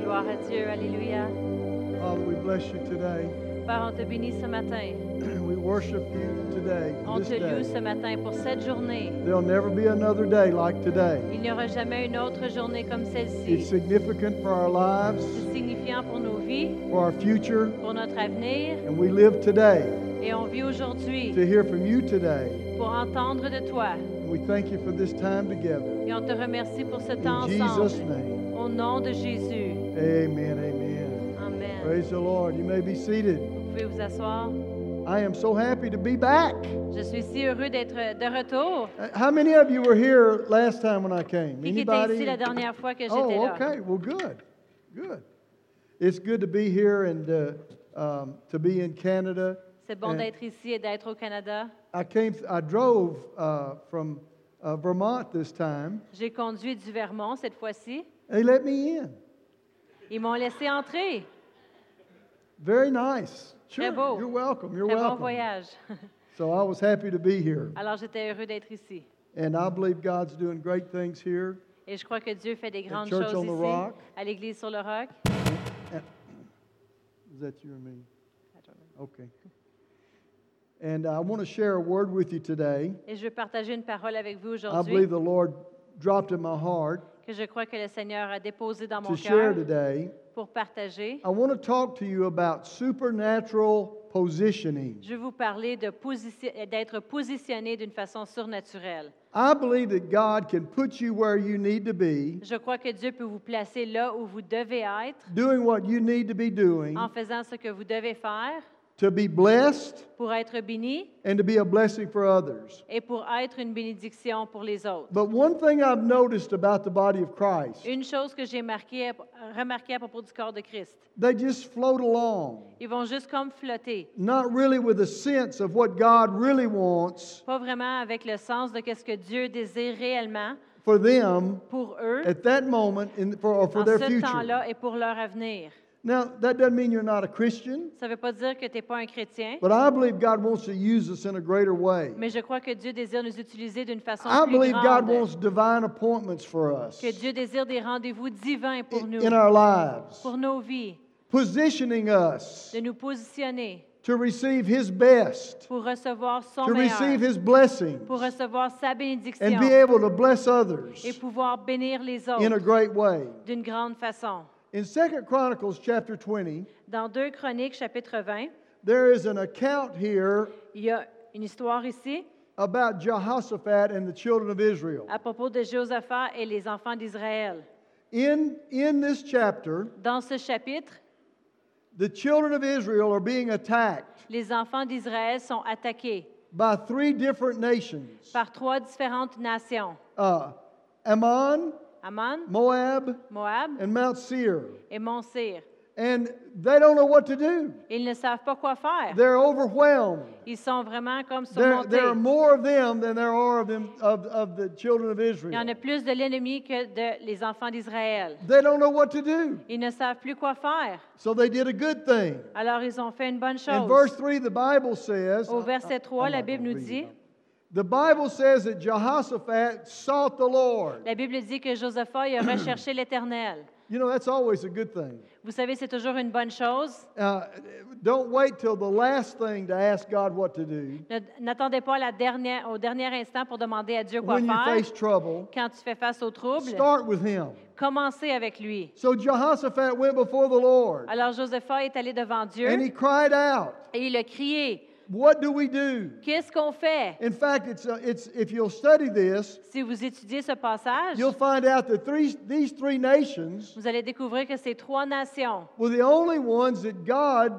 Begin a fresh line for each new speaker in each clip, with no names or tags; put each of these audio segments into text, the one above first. Gloire à Dieu. Alléluia.
Father, we bless you today.
Père, on te bénit ce matin.
We worship you today.
On
this
te loue
day.
ce matin pour cette journée.
There'll never be another day like today.
Il n'y aura jamais une autre journée comme
It's
celle-ci.
significant for our lives,
C'est signifiant pour nos vies,
for our future,
pour notre avenir.
and we live today
Et on vit aujourd'hui
to hear from you today.
pour entendre de toi.
And we thank you for this time together.
Et on te remercie pour ce temps
In Jesus'
ensemble.
name.
Au nom de Jésus.
Amen. Amen.
Amen.
Praise the Lord. You may be seated.
Vous pouvez vous asseoir.
I am so happy to be back.
Je suis si heureux d'être de retour.
Uh, How many of you were here last time when I came?
Qui qui était ici la dernière fois que j'étais
Oh,
là?
okay. Well, good. Good. It's good to be here and uh, um, to be in Canada.
C'est bon
And
d'être ici et d'être au Canada.
I came. I drove uh, from uh, Vermont this time.
J'ai conduit du Vermont cette fois-ci.
They let me in.
Ils m'ont laissé entrer.
Very nice. Sure.
Très beau.
You're welcome. You're
Très bon
welcome.
voyage.
So I was happy to be here,
Alors j'étais heureux d'être ici.
and I believe God's doing great things here.
Et je crois que Dieu fait des grandes
Church
choses
on the Rock.
ici, à l'église sur le roc.
Is that you or me? Okay. And I want to share a word with you today.
Et je veux partager une parole avec vous
I believe
aujourd'hui
the Lord dropped in my heart
que je crois que le Seigneur a déposée dans mon
to share
cœur
today.
pour partager.
I want to talk to you about supernatural positioning.
Je vais vous parler de position- d'être positionné d'une façon surnaturelle.
I believe that God can put you where you need to be,
Je crois que Dieu peut vous placer là où vous devez être
doing what you need to be doing,
en faisant ce que vous devez faire
to be blessed
pour être béni
and to be a blessing for others.
et pour être une bénédiction pour les autres.
But one thing I've noticed about the body of Christ,
Une chose que j'ai marquée- remarquée à propos du corps de Christ,
they just float along,
ils vont juste comme flotter,
not really with a sense of what God really wants
pas vraiment avec le sens de qu'est-ce que Dieu désire réellement
for them
pour eux
at that moment in, for, or for
en
their
ce
future.
temps-là et pour leur avenir.
Now, that doesn't mean you're not a Christian.
Ça ne veut pas dire que tu n'es pas un chrétien,
But I believe God wants to use us in a greater way.
mais je crois que Dieu désire nous utiliser d'une façon
I
plus
believe God wants
grande,
divine appointments for us
que Dieu désire des rendez-vous divins pour nous,
in our lives,
pour nos vies.
positioning us
de nous positionner
to receive His best,
pour recevoir son
to receive
meilleur,
His blessings,
pour recevoir sa bénédiction
and be able to bless others
et pouvoir bénir les
in a
autres
great way.
d'une grande façon.
In 2 Chronicles chapter 20,
Dans 2 Chroniques, chapitre 20,
there is an account here
il y a une histoire ici
about Jehoshaphat and the children of Israel.
à propos de Josaphat et les enfants d'Israël.
In, in this chapter,
Dans ce chapitre,
the children of Israel are being attacked
les enfants d'Israël sont attaqués
by three different nations
par trois différentes nations,
uh, Ammon,
Ammon,
Moab,
Moab
and Mount Seir.
et Mont Seir.
And they don't know what to do.
Ils ne savent pas quoi faire.
They're overwhelmed.
Ils sont vraiment comme
There,
surmontés.
there are more of them than there are of, them, of, of the children of
Il y en
Israel.
a plus de l'ennemi que de les enfants d'Israël.
They don't know what to do.
Ils ne savent plus quoi faire.
So they did a good thing.
Alors ils ont fait une bonne
In verse
chose. Oh,
3, the Bible says.
Au verset 3,
I'm
la
not
Bible
gonna
nous
read
dit,
it. The Bible says that Jehoshaphat sought the Lord.
la Bible dit que Josaphat il a recherché l'Éternel.
You know, that's always a good thing.
Vous savez, c'est toujours une bonne chose.
Uh, don't wait till the last thing to ask God what to do.
Ne- N'attendez pas la dernière, au dernier instant pour demander à Dieu quoi
when you
faire.
face trouble,
Quand tu fais face aux troubles,
start with him.
commencez avec lui.
So Jehoshaphat went before the Lord
Alors Josaphat est allé devant
and he
Dieu
cried out,
et il a crié,
"What do we do?"
qu'est-ce qu'on fait?
In fact, it's, uh, it's if you'll study this,
Si vous étudiez ce passage,
you'll find out that three, these three nations
vous allez découvrir que ces trois nations
were the only ones that God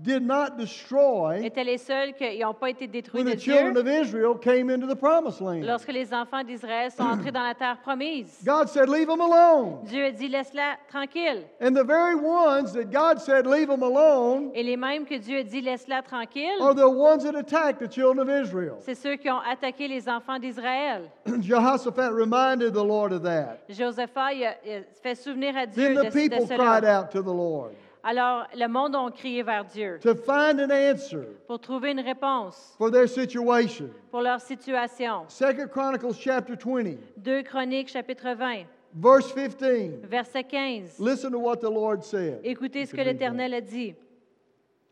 did not destroy
étaient les seuls qui n'ont pas été détruits
when
de
the
Dieu
children of Israel came into the promised land.
lorsque les enfants d'Israël sont entrés dans la terre promise.
God said, "Leave them alone."
Dieu a dit, laisse-la tranquille.
And the very ones that God said, "Leave them alone,"
Et les mêmes que Dieu a dit, laisse-la tranquille,
are the ones that attacked the children of Israel.
c'est ceux qui ont attaqué les enfants d'Israël.
Jehoshaphat reminded the Lord of that.
Josephat il a, il a euh, fait souvenir à Dieu
Then
de,
the
de
people cried
cela.
out to the Lord
Alors, le monde a crié vers Dieu
to find an answer
pour trouver une réponse
for their situation.
pour leur situation.
Second Chronicles chapter 20.
2 Chroniques, chapitre 20.
Verse 15.
Verset 15.
Listen to what the Lord said.
Écoutez ce que l'Éternel a dit.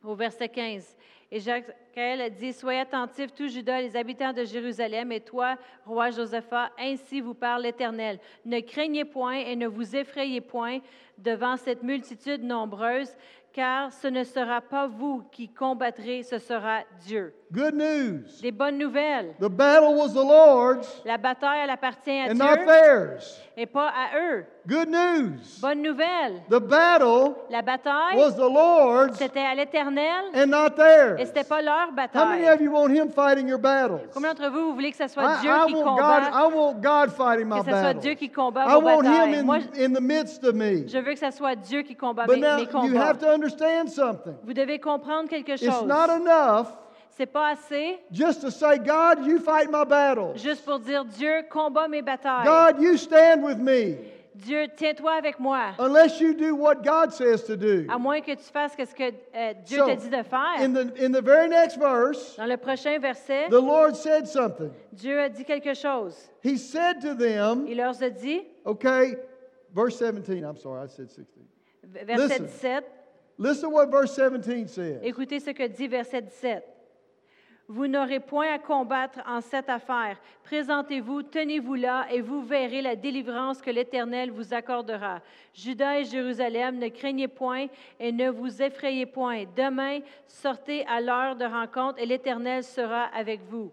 Au verset 15. Et Jacaël a dit, Soyez attentifs, tout Judas, les habitants de Jérusalem, et toi, roi Josaphat, ainsi vous parle l'Éternel. Ne craignez point et ne vous effrayez point devant cette multitude nombreuse, car ce ne sera pas vous qui combattrez, ce sera Dieu.
Good news.
Des bonnes nouvelles.
The battle was the Lord's
La bataille, elle appartient à
and not
Dieu
theirs.
et pas à eux.
Good news.
Bonne nouvelle.
The battle
La bataille,
was the Lord's
c'était à l'Éternel
and not
et
theirs.
c'était pas leur
How
bataille.
many of you want Him fighting your battles?
Combien d'entre vous, vous voulez que ce soit
I,
Dieu
I
qui
want God,
combat?
I want God fighting my
que ce soit Dieu
battles.
qui combat
I
vos
want Him
batailles. Moi,
in, in the midst of me.
je veux que ce soit Dieu qui combat
But
mes,
now
mes
you
combats.
have to understand something.
Vous devez comprendre quelque
It's not
chose.
enough
C'est pas assez
just to say, God, you fight my battles.
juste pour dire Dieu combat mes batailles.
God, you stand with me.
Dieu, tiens-toi avec moi.
Unless you do what God says to do.
À moins que tu fasses ce que euh, Dieu
So,
te dit de
In
faire.
the, in the very next verse,
Dans le prochain verset,
the Lord said something.
Dieu a dit quelque chose.
He said to them,
Il leur a dit,
okay, verse 17, I'm sorry, I said 16.
v- verset
Listen.
17,
Listen to what verse 17 says.
Écoutez ce que dit verset 17. Vous n'aurez point à combattre en cette affaire. Présentez-vous, tenez-vous là, et vous verrez la délivrance que l'Éternel vous accordera. Judas et Jérusalem, ne craignez point et ne vous effrayez point. Demain, sortez à l'heure de rencontre, et l'Éternel sera avec vous.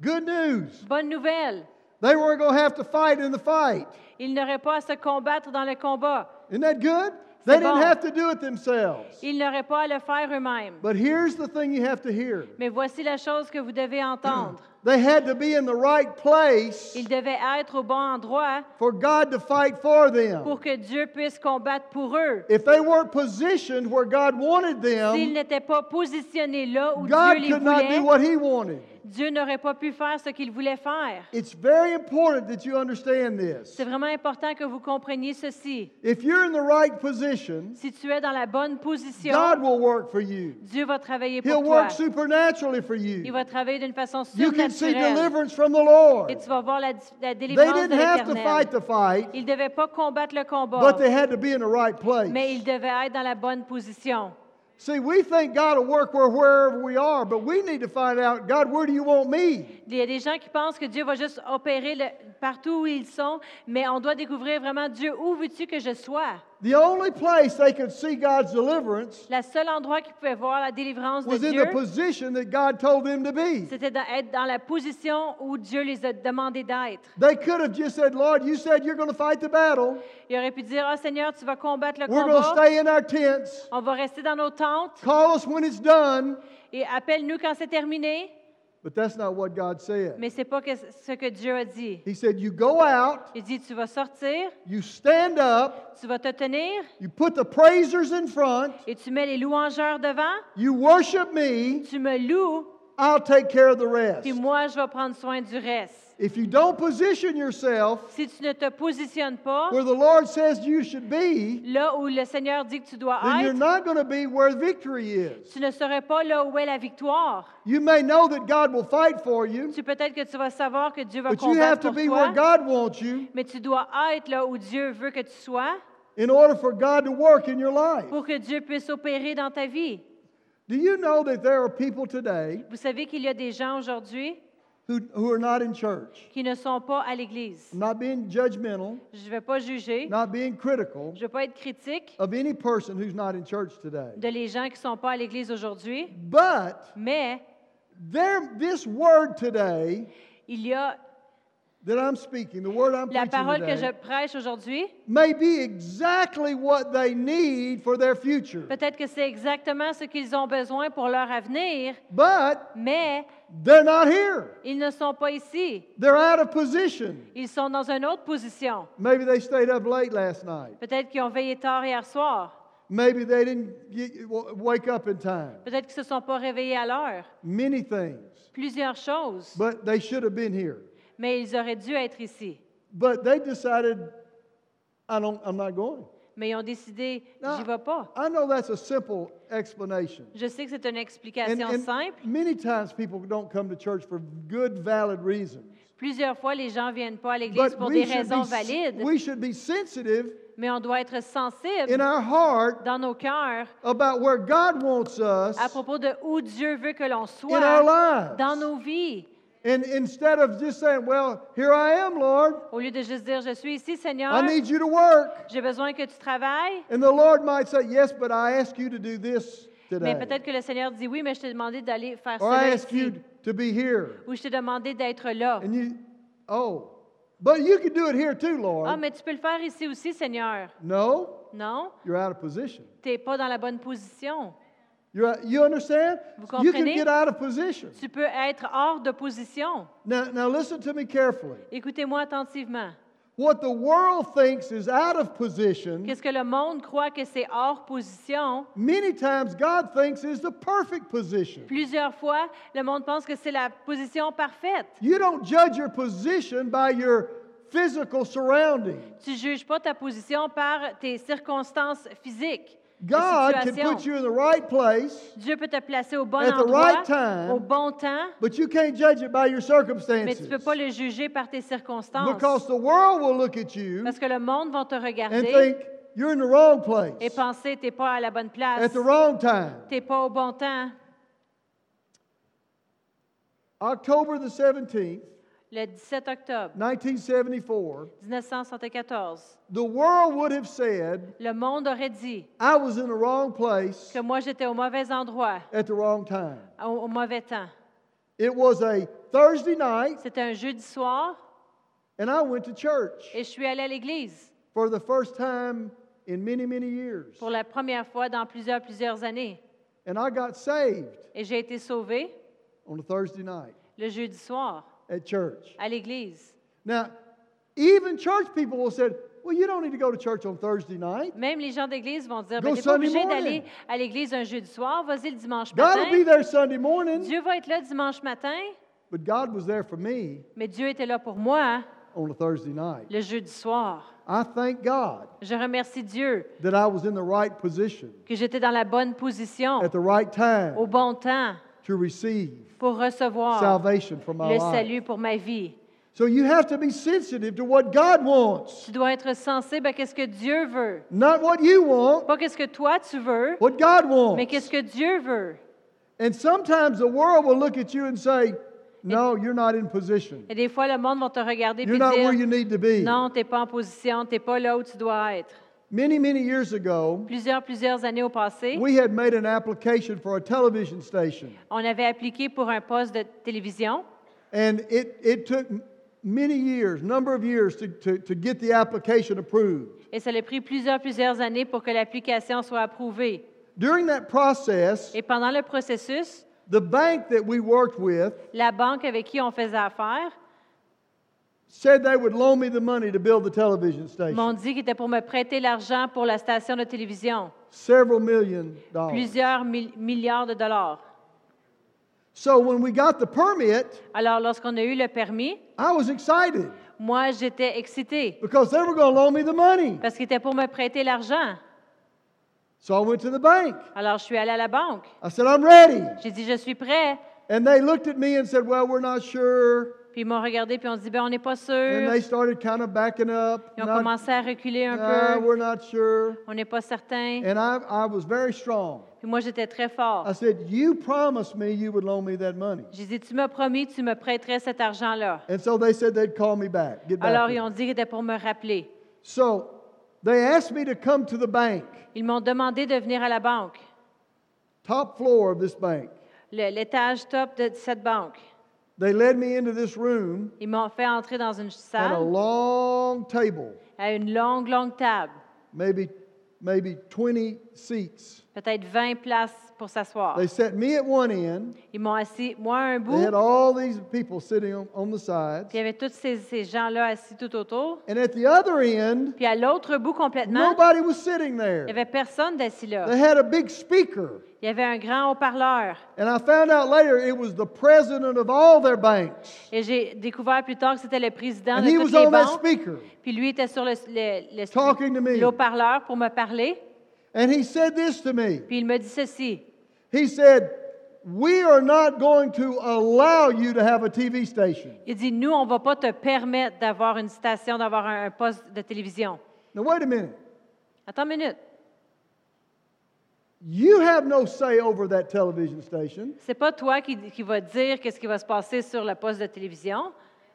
Good news.
Bonne nouvelle!
They weren't going to have to fight in the fight.
Ils n'auraient pas à se combattre dans le combat.
Isn't that good? They didn't
bon.
have to do it themselves.
Ils n'auraient pas à le faire eux-mêmes.
But here's the thing you have to hear
Mais voici la chose que vous devez entendre.
they had to be in the right place
Ils devaient être au bon endroit
for God to fight for them.
pour que Dieu puisse combattre pour eux.
If they weren't positioned where God wanted them,
S'ils n'étaient pas positionnés là où
Um, God
Dieu les
could not do
voulait,
what He wanted.
Dieu n'aurait pas pu faire ce qu'il voulait faire.
It's very important that you understand this.
C'est vraiment important que vous compreniez ceci.
If you're in the right position,
Si tu es dans la bonne position,
God will work for you.
Dieu va travailler pour
He'll
toi.
work supernaturally for
Il
you.
va travailler d'une façon
You can see
surnaturelle.
deliverance from the Lord.
Et tu vas voir la,
They
la délivrance de
didn't have to
l'Éternel.
fight the fight,
Ils ne devaient pas combattre le combat,
but they had to be in the right
mais ils
place.
devaient être dans la bonne position.
See, we think God will work where- wherever we are, but we need to find out, God, where do you want me?
Il y a des gens qui pensent que Dieu va juste opérer le- partout où ils sont, mais on doit découvrir vraiment Dieu, où veux-tu que je sois?
The only place they could see God's deliverance
La seule endroit qu'ils pouvaient voir la délivrance de
was in the
Dieu,
position that God told them to be.
c'était d'être dans la position où Dieu les a demandé d'être.
They could have just said, Lord, you said you're going to fight the battle.
Ils auraient pu dire, « Ah Seigneur, tu vas combattre le
We're going to
combat.
stay in our tents.
On va rester dans nos tentes
Call us when it's done.
et appelle-nous quand c'est terminé.
But that's not what God » said.
Mais c'est pas que- ce que Dieu a dit.
He said, You go out,
Il dit, « Tu vas sortir,
you stand up,
tu vas te tenir
you put the praisers in front,
et tu mets les louangeurs devant,
you worship me,
tu me loues,
I'll take care of the rest.
puis moi, je vais prendre soin du reste. »
If you don't position yourself
Si tu ne te positionnes pas
where the Lord says you should be,
là où le Seigneur dit que tu dois
then you're
être,
not going to be where victory is.
tu ne serais pas là où est la victoire.
You may know that God will fight for you,
Tu peut-être que tu vas savoir que Dieu va
but you have
combattre
to
pour
be where
toi,
God wants you
mais tu dois être là où Dieu veut que tu sois
in order for God to work in your life.
pour que Dieu puisse opérer dans ta vie.
Do you know that there are people today
Vous savez qu'il y a des gens aujourd'hui
who, who are not in church?
qui ne sont pas à l'Église.
I'm not being judgmental,
Je ne vais pas juger,
not being critical
je ne vais pas être critique
of any person who's not in church today.
de les gens qui ne sont pas à l'Église aujourd'hui,
But
mais
there, this word today
il y a
that I'm speaking, the word I'm
la
preaching
parole que je
today,
prêche aujourd'hui,
may be exactly what they need for their future.
peut-être que c'est exactement ce qu'ils ont besoin pour leur avenir,
But
mais
they're not here.
Ils ne sont pas ici.
They're out of position.
Ils sont dans une autre position.
Maybe they stayed up late last night.
Peut-être qu'ils ont veillé tard hier soir.
Maybe they didn't get, w- wake up in time.
Peut-être qu'ils ne se sont pas réveillés à l'heure.
Many things.
Plusieurs choses.
But they should have been here.
Mais ils auraient dû être ici.
But they decided, I don't, I'm not going.
Mais ils ont décidé,
Non.
j'y vais pas.
I know that's a simple explanation.
Je sais que c'est une
And-
explication
and
simple.
many times people don't come to church for good, valid reasons.
Plusieurs fois, les gens ne viennent pas à l'Église
But
pour
we
des
should,
raisons
be,
valides,
we should be sensitive
mais on doit être sensible
in our heart
dans nos cœurs
about where God wants us
à propos de où Dieu veut que l'on
in our
soit
lives.
dans nos vies.
And instead of just saying, Well, here I am, Lord,
Au lieu de juste dire, je suis ici, Seigneur,
I need you to work.
j'ai besoin que tu travailles,
And the Lord might say, Yes, but I ask you to do this
mais
today.
peut-être que le Seigneur dit oui, mais je t'ai demandé d'aller faire
Or I
cela
ask
ici,
you to be here.
ou je t'ai demandé d'être là.
And you, oh, but you can do it here too,
Ah,
Lord.
mais tu peux le faire ici aussi, Seigneur.
No,
Non,
you're out of position.
tu n'es pas dans la bonne position.
You're out, you understand?
Vous
You can
comprenez?
get out of position.
Tu peux être hors de position.
Now, now listen to me carefully.
Écoutez-moi attentivement.
What the world thinks is out of position,
Qu'est-ce que le monde croit que c'est hors position?
many times God thinks is the perfect position.
Plusieurs fois, le monde pense que c'est la position parfaite.
You don't judge your position by your physical surroundings.
Tu ne juges pas ta position par tes circonstances physiques. tes
God can
situations.
put you in the right place,
Dieu peut te placer au bon
at the
endroit,
right time,
au bon temps,
but you can't judge it by your
mais
circumstances.
tu ne peux pas le juger par tes
Because
circonstances.
the world will look at you
Parce que le monde va te
and
regarder
think you're in the wrong
et
place
penser tu n'es pas à la bonne place,
at the
tu
wrong time.
n'es pas au bon temps.
October the 17th,
Le 17 octobre
1974,
1974,
the world would have said,
le monde aurait dit
I was in the wrong place
que moi j'étais au mauvais endroit,
at the wrong time.
au, au mauvais temps.
It was a Thursday night,
C'était un jeudi soir
and I went to church
et je suis allée à l'église
for the first time in many, many years.
pour la première fois dans plusieurs, plusieurs années.
And I got saved
Et j'ai été sauvée
on a Thursday night
le jeudi soir
at church.
à l'église.
Now, even church people will said, Well, you don't need to go to church on Thursday night.
Même les gens d'église vont dire,
Go
ben, t'es pas
Sunday
obligé
morning.
d'aller à l'église un jeudi soir, vas-y le dimanche
God will be
matin.
there Sunday morning.
Dieu va être là dimanche matin,
But God was there for me
mais Dieu était là pour moi hein,
on a Thursday night.
le jeudi soir.
I thank God
Je remercie Dieu
that I was in the right position
que j'étais dans la bonne position,
at the right
au
time
bon temps,
to receive
pour recevoir
salvation for my
Oh. le
life.
salut pour ma vie.
So you have to be sensitive to what God wants,
Tu dois être sensible à qu'est-ce que Dieu veut.
not what you want,
Pas qu'est-ce que toi tu veux,
what God
mais
wants.
qu'est-ce que Dieu veut.
And sometimes the world will look at you and say, No, you're not in position.
Et des fois, le monde va te regarder et
You're not where you
dire
need to be.
Non, tu n'es pas en position, tu n'es pas là où tu dois être.
Many, many years ago,
Plusieurs, plusieurs années au passé,
we had made an application for a television station,
on avait appliqué pour un poste de télévision
and it, it took many years, number of years, to, to, to get the application approved.
et ça a pris plusieurs, plusieurs années pour que l'application soit approuvée.
During that process,
Et pendant le processus,
the bank that we worked with
la banque avec qui on faisait affaire
said they would loan me the money to build the television station,
m'ont dit qu'ils étaient pour me prêter l'argent pour la station de télévision,
Ah several million dollars.
plusieurs mil- milliards de dollars.
So when we got the permit,
Alors, lorsqu'on a eu le permis,
I was excited
moi, j'étais excitée
because they were going to loan me the money.
parce qu'ils étaient pour me prêter l'argent.
So I went to the bank.
Alors, je suis allée à la banque.
I said, I'm ready.
J'ai dit, je suis prêt.
And they looked at me and said, Well, we're not sure.
Puis ils m'ont regardé, puis on dit, ben, on n'est pas
And
sûr.
they started kind of backing up.
Ils ont
Not-
commencé à reculer un
"Nah,
peu.
we're not sure.
On n'est pas certain.
And I, I was very strong.
Puis moi, j'étais très fort.
I said, You promised me you would loan me that money.
J'ai dit, tu m'as promis, tu me prêterais cet argent-là.
And so they said they'd call me back. Get back.
Alors,
with
ils
me.
ont dit que c'était pour me rappeler.
So they asked me to come to the bank,
Ils m'ont demandé de venir à la banque,
top floor of this bank.
le- l'étage top de cette banque.
They led me into this room,
Ils m'ont fait entrer dans une
had a
salle
long table,
à une longue, longue table,
maybe, maybe 20 seats.
peut-être 20 places pour s'asseoir.
They set me at one end.
Ils m'ont assis, moi, à un bout,
They had
puis
all these people sitting on, on the sides.
il y avait tous ces, ces gens-là assis tout autour.
And at the other end,
Puis à l'autre bout complètement,
nobody was sitting
il
there.
n'y avait personne d'assis là.
They had a big speaker.
Il y avait un grand haut-parleur.
And I found out later it was the president of all their banks.
Et j'ai découvert plus tard que c'était le président
And
de
he was
toutes les
on that
banques.
speaker.
Puis lui était sur le, le, le-
Talking to me.
le haut-parleur pour me parler.
And he said this to me.
Puis il me dit ceci.
He said, We are not going to allow you to have a TV station.
Il dit, nous, on ne va pas te permettre d'avoir une station, d'avoir un, un poste de télévision.
Now, wait a minute.
Attends une minute.
You have no say over that television station.
C'est pas toi qui, qui va dire qu'est-ce qui va se passer sur le poste de télévision.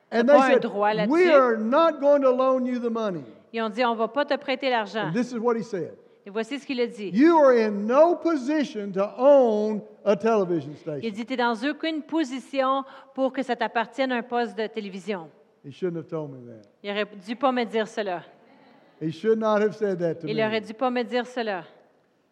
T'as
And they
pas un
said,
droit
We
là-dessus.
are not going to loan you the money.
Ils ont dit, on ne va pas te prêter l'argent.
And this is what he said
Et voici ce qu'il a dit.
You are in no position to own a television
Il
station.
dit, tu n'es dans aucune position pour que ça t'appartienne un poste de télévision.
He shouldn't have told me that.
Il aurait dû pas me dire cela.
He should not have said that to
Il aurait
me.
dû pas me dire cela.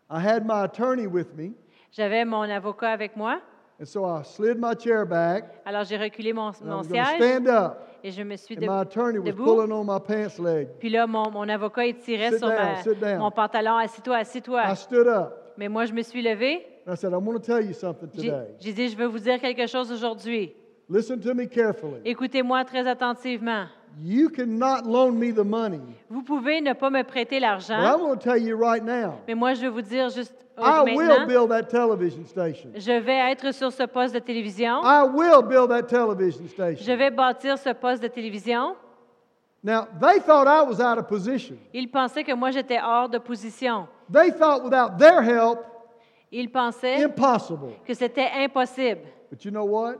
I had my attorney with me,
J'avais mon avocat avec moi,
and so I slid my chair back.
alors j'ai reculé mon,
And I
mon
was going to
siège
stand up,
et je me suis
and my attorney
de-
was
debout.
pulling on my pants leg.
Puis là, mon, mon avocat, il tirait
Sit
sur
down,
ma-
sit down.
mon pantalon. Assis-toi,
I
assis-toi.
stood up,
Mais moi, je me suis levée.
and I said, I'm going to tell you something
J'ai
today.
j'ai dit, je veux vous dire quelque chose aujourd'hui.
Listen to me carefully.
Écoutez-moi très attentivement.
You cannot loan me the money,
Vous pouvez ne pas me prêter
but I'm
l'argent,
going to tell you right now.
mais moi, je vais vous dire juste oh,
I will
maintenant,
build that television station.
je vais être sur ce poste de télévision.
I will build that television
Je
station.
vais bâtir ce poste de télévision.
Now, they thought I was out of position.
Ils pensaient que moi, j'étais hors de position.
They thought without their help,
Ils pensaient
impossible.
que c'était impossible.
But you know what?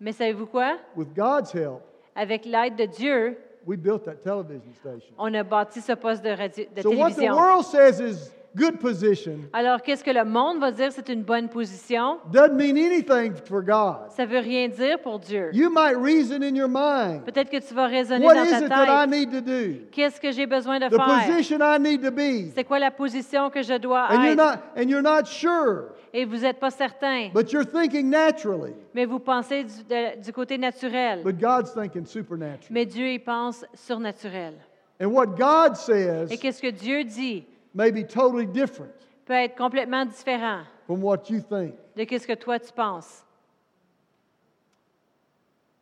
Mais savez-vous quoi?
With God's help,
Avec l'aide de Dieu,
we built that television station.
on a bâti ce poste de, radio- de
So, what the
télévision.
world says is good position
Alors, qu'est-ce que le monde va dire? C'est une bonne position.
doesn't mean anything for God.
Ça veut rien dire pour Dieu.
You might reason in your mind
Peut-être que tu vas raisonner
what is
dans
it that I
ta tête.
need to do?
Qu'est-ce que j'ai besoin de
The
faire?
position I need to be.
C'est quoi la position que je dois
And you're
être?
not, and you're not sure,
Et vous n'êtes pas certain,
but you're thinking naturally.
mais vous pensez du, de- du côté naturel.
But God's thinking supernatural.
Mais Dieu y pense surnaturel.
And what God says
Et qu'est-ce que Dieu dit
may be totally different
peut être complètement différent
from what you think.
de qu'est-ce que toi tu penses.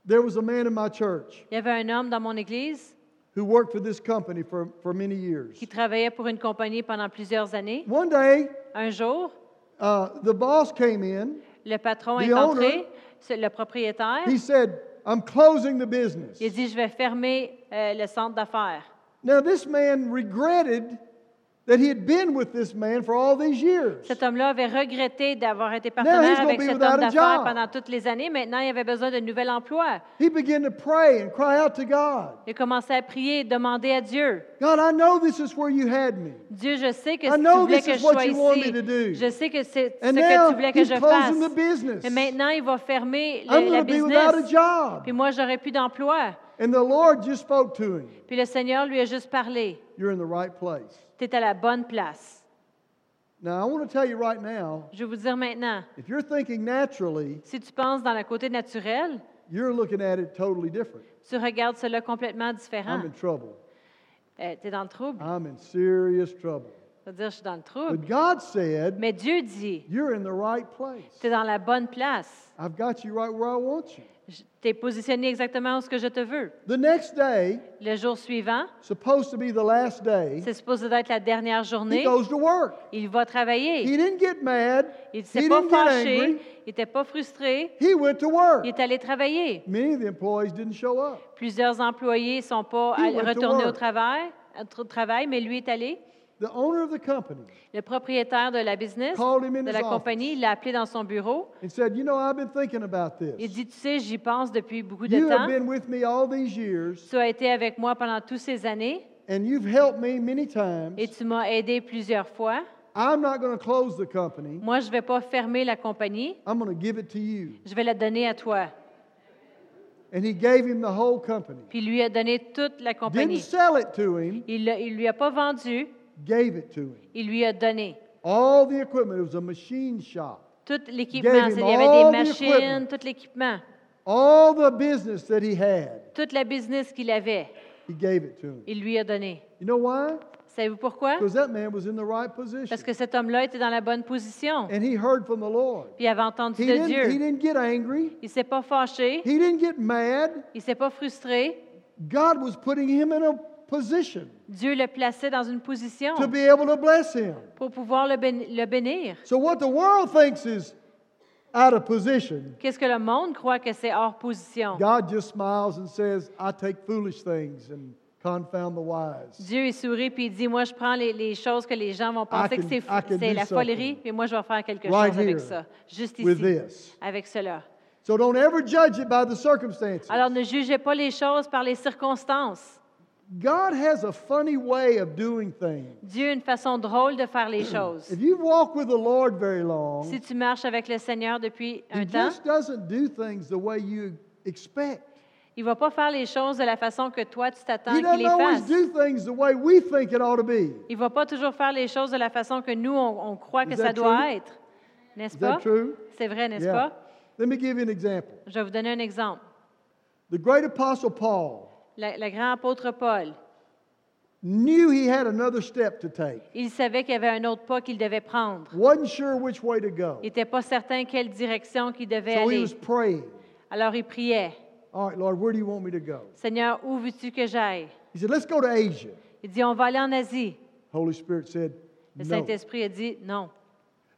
There was a man in my church
Il y avait un homme dans mon église
who worked for this company for, for many years.
qui travaillait pour une compagnie pendant plusieurs années.
One day,
Un jour,
uh, the boss came in.
le patron
The
est entré,
owner-
ce- le propriétaire.
He said, I'm closing the business.
Il a dit, je vais fermer euh, le centre d'affaires.
Now, this man regretted that he had been with this man for all these years.
Cet homme-là avait regretté d'avoir été
Now he's
partenaire
gonna
avec
be
cet homme
without a
d'affaires
job.
pendant toutes les années. Maintenant, il avait besoin d'un nouvel emploi.
He began to pray and cry out to God
Il a commencé à prier et demander à Dieu.
God, I know this is where you had me.
Dieu, je sais que
I
si tu
know
voulais
this
que
is
je
what
sois
you want
ici,
me to do.
je sais que c'est ce
And
que tu
now
voulais que
he's
je
closing the
fasse.
business.
Mais maintenant, il va fermer le-
I'm
la
going to be without a
business.
job.
Puis moi, j'aurais plus d'emploi.
And the Lord just spoke to him.
Puis le Seigneur lui a juste parlé.
You're in the right place.
Tu es à la bonne place.
Now, I want to tell you right now
Je vais vous dire maintenant,
if you're thinking naturally,
si tu penses dans le côté naturel,
you're looking at it totally different.
tu regardes cela complètement
I'm
différent.
in trouble.
tu es dans le trouble.
I'm in serious trouble.
C'est-à-dire, je suis dans le trouble.
But God said,
Mais Dieu dit,
You're in the right place.
tu es dans la bonne place.
I've got you right where I want you.
Tu es positionné exactement où ce que je te veux.
The next day,
Le jour suivant,
supposed to be the last day,
c'est supposé être la dernière
he
journée,
goes to work.
il va
He
travailler.
didn't get mad. He
Il ne s'est pas
didn't get angry.
fâché, il n'était pas frustré,
He went to work.
il est allé travailler.
Many of the employees didn't show up.
Plusieurs employés ne sont pas
He
allés-
went to
retournés au
work.
travail, au travail, mais lui est allé.
The owner of the company
Le propriétaire de la business,
Called him in
de
his
la
office.
compagnie, il l'a appelé dans son bureau.
and said, You know, I've been thinking about
Il
this.
dit, tu sais, j'y pense depuis beaucoup de
You have
temps.
been with me all these years,
Tu as été avec moi pendant toutes ces années.
and you've helped me many times.
Et tu m'as aidé plusieurs fois.
I'm not going to close the company.
Moi, je ne vais pas fermer la compagnie.
I'm going to give it to you.
Je vais la donner à toi.
And he gave him the whole company.
Puis il lui a donné toute la
Didn't
compagnie.
sell it to him,
Il ne lui a pas vendu,
gave it to him.
il lui a donné.
All the equipment. It was a machine shop.
Tout
Gave
l'équipement.
him
Il y avait
all
des
the equipment.
machines, tout l'équipement.
All the business that he had,
Toute la business qu'il avait,
he gave it to him.
il lui a donné.
You know why?
Savez-vous pourquoi?
Because that man was in the right
Parce
position.
que cet homme-là était dans la bonne position. Puis
And he heard from the Lord.
il avait entendu
He
de
didn't, he
Dieu.
didn't get angry.
Il ne s'est pas fâché.
He didn't get mad.
Il ne s'est pas frustré.
God was putting him in a position
Dieu le plaçait dans une position
to be able to bless him.
pour pouvoir le bén- le bénir.
So, what the world thinks is out of position,
Qu'est-ce que le monde croit que c'est hors position?
God just smiles and says, I take foolish things and confound the wise.
Dieu est sourit puis il dit, moi je prends les, les choses que les gens vont penser
can-
que c'est, fou-
I can
c'est
do
la
something
folerie, mais moi je vais faire quelque
right
chose avec
here
ça, juste
with
ici,
this.
avec cela.
So don't ever judge it by the circumstances.
Alors ne jugez pas les choses par les circonstances.
God has a funny way of doing things.
Dieu a une façon drôle de faire les choses.
If you walk with the Lord very long,
Si tu marches avec le Seigneur depuis
He
un temps,
just doesn't do things the way you expect.
il ne va pas faire les choses de la façon que toi tu t'attends
He
qu'il
doesn't
les
always
fasse.
do things the way we think it ought to be.
Il ne va pas toujours faire les choses de la façon que nous, on, on croit que
Is
ça
that
doit
true?
être. N'est-ce
Is that
pas?
true?
C'est vrai, n'est-ce
Yeah.
pas?
Let me give you an example.
Je vais vous donner un exemple.
The great apostle Paul
Le, le grand apôtre Paul,
knew he had another step to take.
il savait qu'il y avait un autre pas qu'il devait prendre.
Wasn't sure which way to go.
Il n'était pas certain quelle direction qu'il devait
So he
aller.
was praying.
Alors il priait.
All right, Lord, where do you want me to go?
Seigneur, où veux-tu que j'aille?
He said, Let's go to Asia.
Il dit, on va aller en Asie.
Holy Spirit said,
Le
No.
Saint-Esprit a dit, non,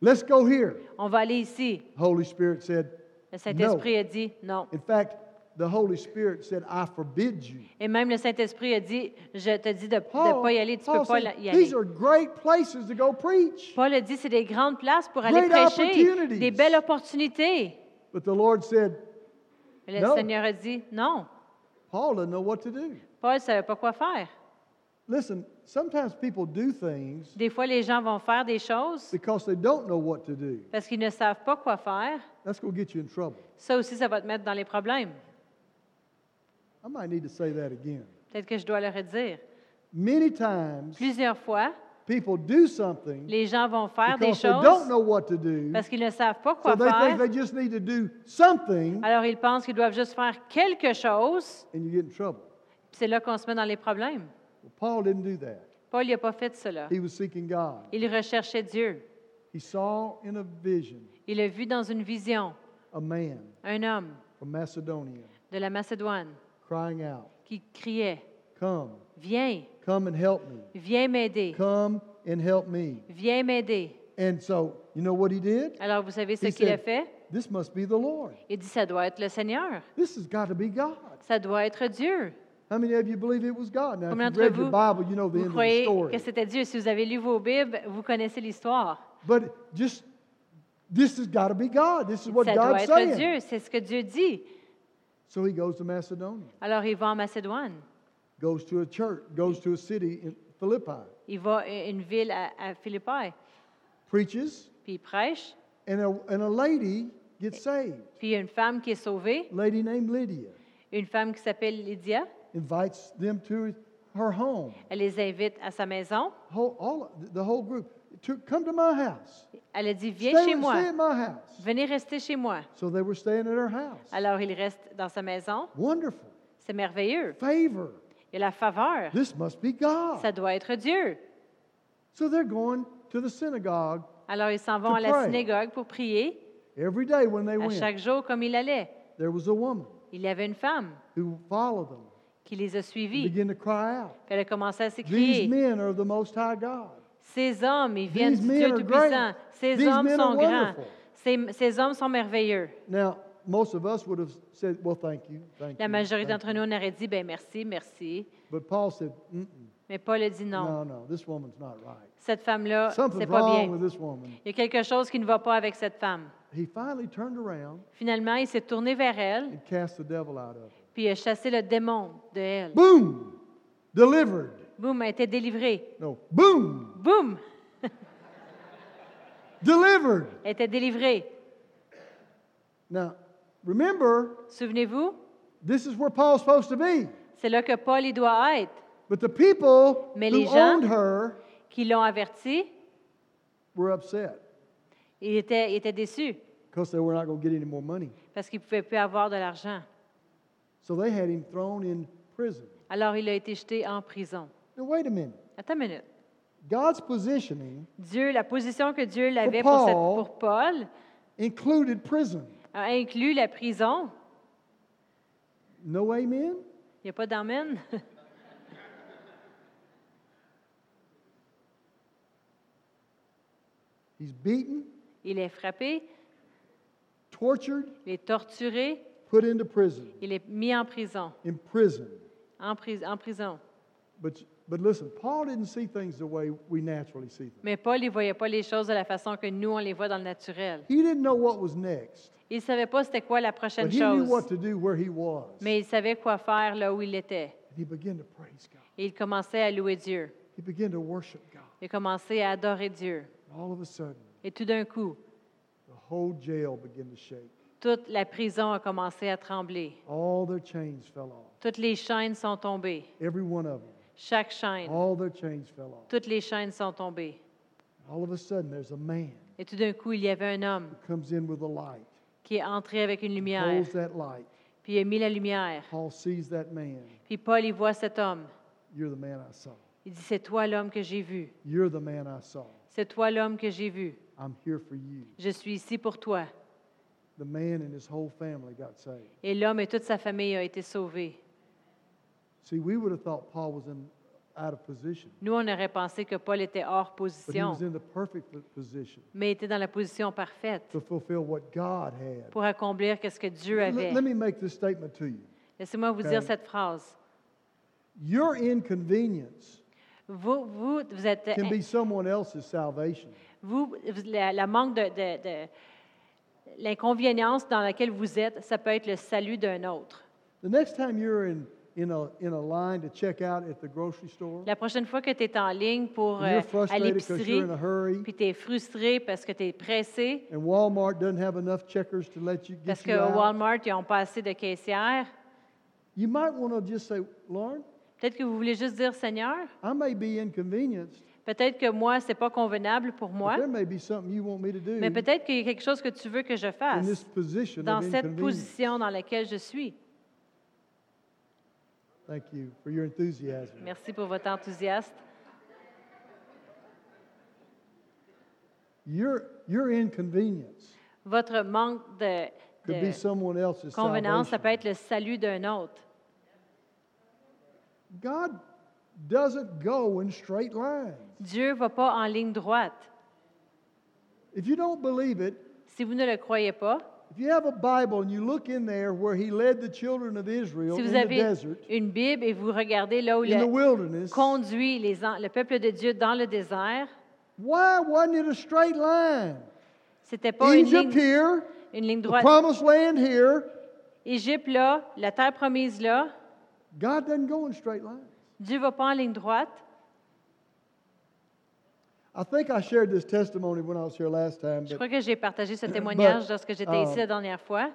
Let's go here.
on va aller ici.
Holy Spirit said,
Le Saint-Esprit a dit, non.
In fact, the Holy Spirit said, I forbid you.
Et même le Saint-Esprit a dit, je te dis de ne
Paul,
pas y aller, tu ne
Paul
peux pas
said,
y aller.
These are great places to go preach.
Paul a dit, c'est des grandes places pour aller
Great
prêcher,
opportunities.
des belles opportunités.
But the Lord said,
Mais le
No.
Seigneur a dit, non,
Paul doesn't know what to do.
Paul ne savait pas quoi faire.
Listen, sometimes people do things
Des fois, les gens vont faire des choses
because they don't know what to do.
parce qu'ils ne savent pas quoi faire.
That's going to get you in trouble.
Ça aussi, ça va te mettre dans les problèmes.
I might need to say that again.
Peut-être que je dois le redire.
Many times,
Plusieurs fois,
people do something
les gens vont faire des
because they don't
choses
know what to do.
parce qu'ils ne savent pas quoi
So they
faire.
think they just need to do something
Alors, ils pensent qu'ils doivent juste faire quelque chose.
and you get in trouble.
puis C'est là qu'on se met dans les problèmes.
Well, Paul didn't do that.
Paul n'a pas fait cela.
He was seeking God.
Il recherchait Dieu.
He saw in a vision
Il a vu dans une vision
a man
un homme
from Macedonia
de la Macédoine
crying out,
qui criait
Come,
Viens,
come and help me.
viens m'aider,
Come and help me.
viens m'aider.
And so, you know what he did?
Alors, vous savez ce
He
qu'il a
said-
fait?
This must be the Lord.
Il dit Ça doit être le Seigneur.
This has got to be God.
Ça doit être Dieu.
How many of you believe it was God? Now,
Combien
if you read
d'entre
your
vous-
Bible, you know the
Vous
end of the
croyez
story.
que c'était Dieu. Si vous avez lu vos Bibles, vous connaissez l'histoire.
But just, this has got to be God. This is what
Ça doit
God's
être
saying.
Dieu. C'est ce que Dieu dit.
So he goes to Macedonia,
Alors, il va en Macédoine.
goes to a church, goes to a city in Philippi,
Il va à une ville à, à Philippi,
preaches,
puis il prêche.
and a, and a lady gets saved.
Puis il y a une femme qui est sauvée,
A lady named Lydia
une femme qui s'appelle Lydia.
invites them to her home.
Elle les invite à sa maison.
Whole, all the whole group to come to my house.
Elle a dit, viens
stay,
chez moi.
stay at my house.
Venez rester chez moi.
So they were staying at her house.
Alors, il reste dans sa maison.
Wonderful
C'est merveilleux.
favor.
Il y a la faveur.
This must be God.
Ça doit être Dieu.
So they're going to the synagogue
Alors, ils s'en vont
To
à la
pray.
synagogue pour prier.
every day when they
À
went.
chaque jour, comme il allait,
There was a woman
il y avait une femme
who followed them
qui les a
and
suivis. Puis
began to cry out.
Elle a commencé à
These
s'écrier.
men are the Most High God.
Ces hommes, ils viennent
These
du
men
Dieu
are
Tout-Puissant.
great.
Ces
These
hommes
men are
sont grands.
wonderful.
Ces, ces hommes sont merveilleux.
Now, most of us would have said, "Well, thank you, thank
La
you."
majorité
thank
d'entre nous, on aurait dit, ben merci, merci.
you." But Paul said, Mm-mm,
Mais Paul a dit non.
"No, no, this woman's not right.
Cette femme-là, c'est
Something's
pas
wrong
bien.
with this woman."
Il y a quelque chose qui ne va pas avec cette femme.
He finally turned around
Finalement, il s'est tourné vers elle,
and cast the devil out of her.
puis il a chassé le démon de elle.
Boom, delivered.
Boum, elle était délivrée.
No, boom,
Boum,
delivered.
elle était délivrée.
Now, remember,
Souvenez-vous,
this is where Paul's supposed to be.
c'est là que Paul y doit être,
But the people
Mais
who
les gens-
owned her
qui l'ont averti.
were upset
Il était, il était déçu
because they were not going to get any more money.
parce qu'il ne pouvait plus avoir de l'argent.
So they had him thrown in prison.
Alors il a été jeté en prison.
Now, wait a minute.
Attends une minute.
God's positioning
Dieu, la position que Dieu l'avait pour,
Paul-
cette- pour Paul
included prison.
a inclus la prison.
No amen?
Il n'y a pas d'emmène.
He's beaten,
Il est frappé,
tortured,
Il est torturé,
put into prison,
il est mis en prison.
imprisoned.
En, pris- en prison.
But, but listen, Paul didn't see things the way we naturally see them.
Mais Paul ne voyait pas les choses de la façon que nous, on les voit dans le naturel.
He didn't know what was next,
Il ne savait pas c'était quoi la prochaine
but he knew
chose,
what to do where he was.
mais il savait quoi faire là où il était.
And he began to praise God.
Et il commençait à louer Dieu.
He began to worship God.
Il commençait à adorer Dieu.
And all of a sudden,
Et tout d'un coup,
the whole jail began to shake.
toute la prison a commencé à trembler.
All their chains fell off.
Toutes les chaînes sont tombées.
Every one of them.
Chaque chaîne.
All their chains fell off.
Toutes les chaînes sont tombées.
And all of a sudden, there's a man
Et tout d'un coup, il y avait un homme
who comes in with a light,
qui est entré avec une lumière.
holds that light.
Puis il a mis la lumière.
Paul sees that man.
Puis Paul, il voit cet homme.
You're the man I saw.
Il dit, c'est toi l'homme que j'ai vu.
You're the man I saw.
C'est toi l'homme que j'ai vu.
I'm here for you.
Je suis ici pour toi.
The man and his whole family got saved.
Et l'homme et toute sa famille a été sauvés.
See, we would have thought Paul was in, out of position,
Nous, on aurait pensé que Paul était hors
but he
position,
was in the perfect position
mais était dans la position parfaite
to fulfill what God had.
pour accomplir ce que Dieu
Let-
avait.
let me Euh, make this statement to you.
Laissez-moi vous
Okay.
dire cette phrase.
Your inconvenience
Vous, vous, vous êtes...
can be someone else's salvation.
Vous, vous- la, la manque de... de- de- L'inconvénience dans laquelle vous êtes, ça peut être le salut d'un autre.
The next time you're in, in, a, in a line to check out at the grocery store,
La prochaine fois que tu es en ligne pour
and
euh,
you're
à
frustrated because
l'épicerie,
you're in a hurry,
puis tu es frustré parce que tu es pressé,
and Walmart doesn't have enough checkers to let you
parce
get
que
you out,
Walmart, ils n'ont pas assez de caissières,
you might want to just say, Lauren,
peut-être que vous voulez juste dire, Seigneur,
I may be inconvenienced,
peut-être que moi, c'est pas convenable pour
but
moi,
there may be something you want me to do
mais peut-être qu'il y a quelque chose que tu veux que je
in this
fasse
position
dans
of
cette
inconvenience.
position dans laquelle je suis.
Thank you for your enthusiasm.
Merci pour votre enthousiasme.
Your, your inconvenience
Votre manque de,
could be
de
someone else's
convenance, ça peut
salvation.
être le salut d'un autre.
God doesn't go in straight lines.
Dieu ne va pas en ligne droite.
If you don't believe it,
Si vous ne le croyez pas,
if you have a Bible and you look in there where he led the children of Israel
si
in
vous
the
avez
desert,
une Bible et vous regardez là où
in the
le,
wilderness,
conduit les en- le peuple de Dieu dans le désert,
why wasn't it a straight line?
c'était pas une
Egypt
ligne,
here,
une ligne
the
droite.
promised land here.
Égypte là, la terre promise là,
God doesn't go in straight lines.
Dieu va pas en ligne droite.
I think I shared this testimony when I was here last time,
Je
but
crois que j'ai partagé ce témoignage
But,
lorsque j'étais
uh,
ici la dernière fois.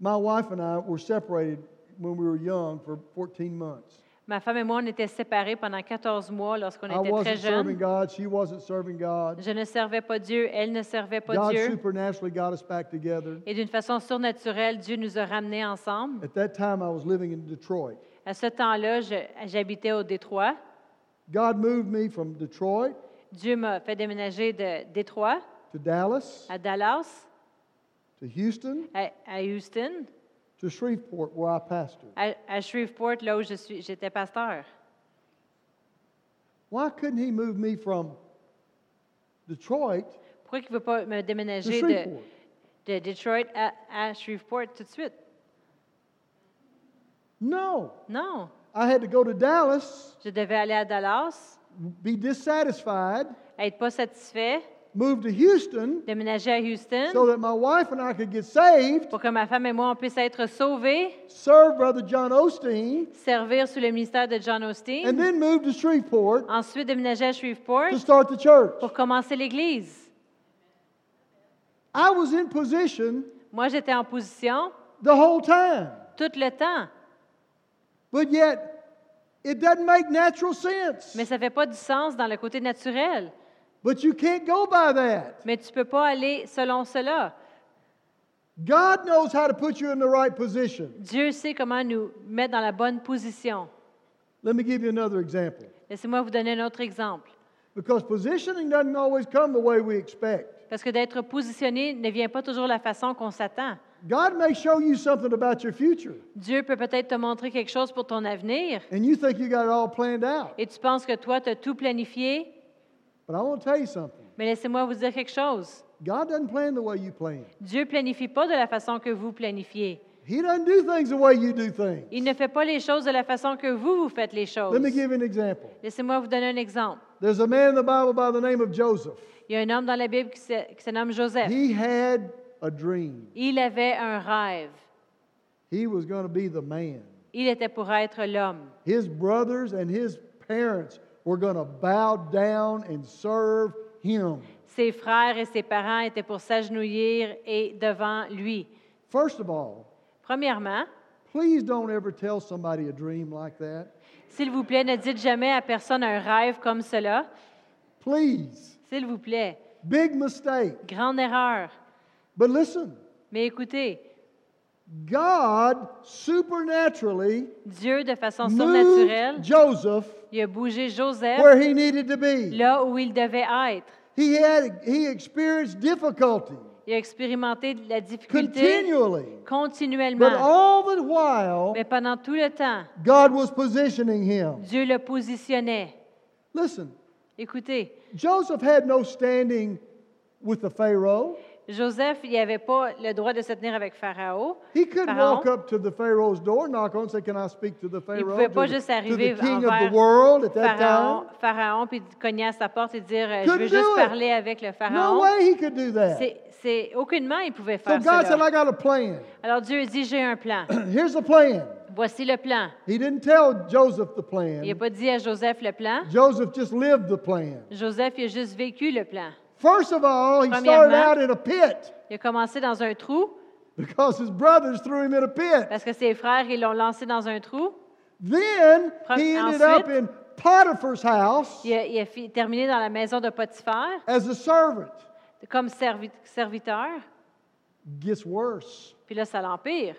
my wife and I were separated when we were young for 14 months.
Ma femme et moi, on était séparés pendant 14 mois lorsqu'on
I
était très
wasn't serving
jeunes.
God. She wasn't serving God.
Je ne servais pas Dieu, elle ne servait pas
God
Dieu.
supernaturally got us back together.
Et d'une façon surnaturelle, Dieu nous a ramenés ensemble.
At that time, I was living in Detroit.
À ce temps-là, je- j'habitais au Détroit.
God moved me from Detroit
Dieu m'a fait déménager de Détroit
to Dallas,
à Dallas,
to Houston,
à, à Houston,
to Shreveport, where I pastored.
à, à Shreveport, là où je suis, j'étais pasteur.
Why couldn't He move me from Detroit
Pourquoi il ne veut pas me
to
déménager de,
Shreveport?
de Detroit à, à Shreveport tout de suite?
No.
Non.
I had to go to Dallas,
Je devais aller à Dallas,
be dissatisfied,
être pas satisfait,
move to Houston
déménager à Houston
so that my wife and I could get saved,
pour que ma femme et moi, on puisse être sauvés,
serve Brother John Osteen,
servir sous le ministère de John
and
Austin,
then move to Shreveport
ensuite déménager à Shreveport
to start the church.
pour commencer l'Église.
I was in position
Moi, j'étais en position
the whole time.
tout le temps,
But yet, it doesn't make natural sense.
mais ça ne fait pas du sens dans le côté naturel.
But you can't go by that.
Mais tu ne peux pas aller selon cela.
God knows how to put you in the right position.
Dieu sait comment nous mettre dans la bonne position.
Let me give you another example.
Laissez-moi vous donner un autre exemple.
Because positioning doesn't always come the way we expect.
Parce que d'être positionné ne vient pas toujours de la façon qu'on s'attend.
God may show you something about your future,
Dieu peut peut-être te montrer quelque chose pour ton avenir
and you think you got it all planned out.
et tu penses que toi, tu as tout planifié,
But I want to tell you something
mais laissez-moi vous dire quelque chose.
God doesn't plan the way you plan.
Dieu planifie pas de la façon que vous planifiez.
He doesn't do things the way you do things.
Il ne fait pas les choses de la façon que vous, vous faites les choses.
Let me give you an example.
Laissez-moi vous donner un exemple.
There's a man in the Bible by the name of Joseph.
Il y a un homme dans la Bible qui se, qui se nomme Joseph.
He had a dream.
Il avait un rêve.
He was going to be the man.
Il était pour être l'homme.
His brothers and his parents were going to bow down and serve him.
Ses frères et ses parents étaient pour s'agenouiller et devant lui.
First of all,
Premièrement,
please don't ever tell somebody a dream like that.
s'il vous plaît, ne dites jamais à personne un rêve comme cela.
Please.
S'il vous plaît,
Big mistake.
grande erreur.
But listen,
Mais écoutez,
God supernaturally
Dieu, de façon surnaturelle,
moved Joseph
il a bougé Joseph
where he needed to be.
là où il devait être.
He had he experienced difficulty
Il a expérimenté de la difficulté
continually. But
continuellement.
all the while,
Mais pendant tout le temps,
God was positioning him.
Dieu le positionnait.
Listen,
Écoutez,
Joseph had no standing with the Pharaoh.
Joseph, il n'avait pas le droit de se tenir avec Pharaon.
He couldn't
Pharaon.
walk up to the Pharaoh's door, knock on, say, "Can I speak to the
Il ne
Pharaoh?"
pouvait
to
pas
the-
juste
to the
arriver
king of the
envers
world at that
Pharaon,
time.
Pharaon, puis cogner à sa porte et dire euh, Je
Couldn't
veux
do
juste
it.
parler avec le
No
Pharaon.
way he could do that.
C'est- c'est- aucunement, il pouvait
So
faire
God said,
cela.
I got a plan.
Alors Dieu dit J'ai un plan.
Here's the plan.
Voici le plan.
He didn't tell Joseph the
Il n'a
plan.
pas dit à Joseph le plan.
Joseph just lived the plan.
Joseph, il a juste vécu le plan.
First of all, he started
Premièrement.
out in a pit
Il a commencé dans un trou
because his brothers threw him in a pit.
parce que ses frères, ils l'ont lancé dans un trou.
Then he
Pre-
ended
ensuite.
up in Potiphar's house
Il a, il a fi- terminé dans la maison de Potiphar
as a servant.
comme servi- serviteur.
Gets worse.
Puis là, ça l'empire.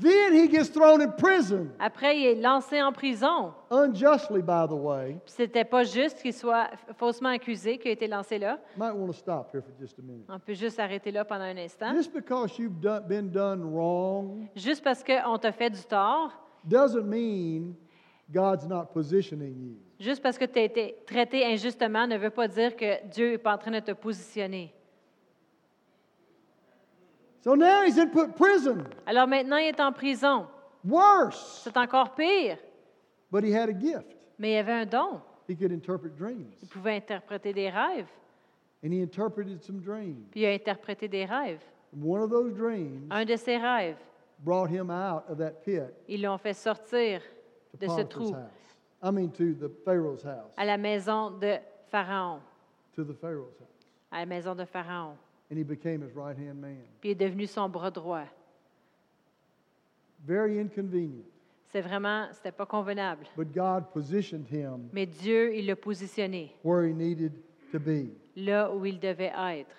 Then he gets thrown in prison,
Après, il est lancé en prison.
unjustly, by the way.
Puis c'était pas juste qu'il soit faussement accusé, qu'il a été lancé là.
Might want to stop here for just a minute.
On peut juste arrêter là pendant un instant.
Just because you've done, been done wrong
Juste parce qu'on t'a fait du tort,
doesn't mean God's not positioning you.
juste parce que tu as été traité injustement, ne veut pas dire que Dieu n'est pas en train de te positionner.
So now he's in put prison.
Alors maintenant, il est en prison.
Worse.
C'est encore pire,
But he had a gift.
mais il avait un don.
He could interpret dreams.
Il pouvait interpréter des rêves,
And he interpreted some dreams.
puis il a interprété des rêves.
One of those dreams
Un de ses rêves,
brought him out of that pit
ils l'ont fait sortir
to
de ce
Potiphar's
trou
house. I mean, to the Pharaoh's house.
à la maison de Pharaon,
To the Pharaoh's house.
à la maison de Pharaon.
And he became his right hand man.
Puis il est devenu son bras droit.
Very inconvenient.
C'est vraiment, c'était pas convenable.
But God positioned him
Mais Dieu, il l'a positionné
where he needed to be.
là où il devait être.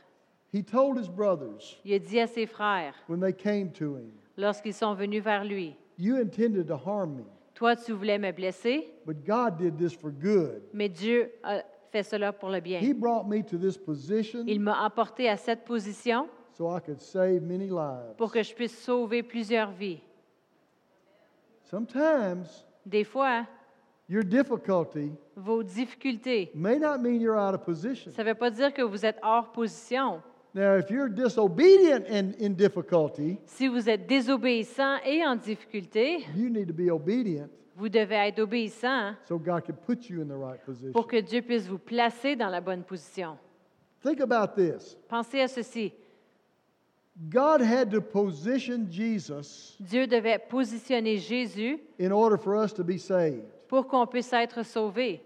He told his brothers
Il a dit à ses frères,
when they came to him,
lorsqu'ils sont venus vers lui,
You intended to harm me,
Toi, tu voulais me blesser,
but God did this for good.
mais Dieu a fait cela pour le bien.
He brought me to this position
Il m'a apporté à cette position
so I could save many lives.
pour que je puisse sauver plusieurs vies.
Sometimes
Des fois, hein,
your difficulty
vos difficultés,
may not mean you're out of position.
ça ne veut pas dire que vous êtes hors position.
Now, if you're disobedient and in difficulty,
Si vous êtes désobéissant et en difficulté,
you need to be obedient
vous devez être obéissant hein,
so God can put you in the right position.
pour que Dieu puisse vous placer dans la bonne position.
Think about this
Pensez à ceci.
God had to position Jesus
Dieu devait positionner Jésus
in order for us to be saved.
pour qu'on puisse être sauvé.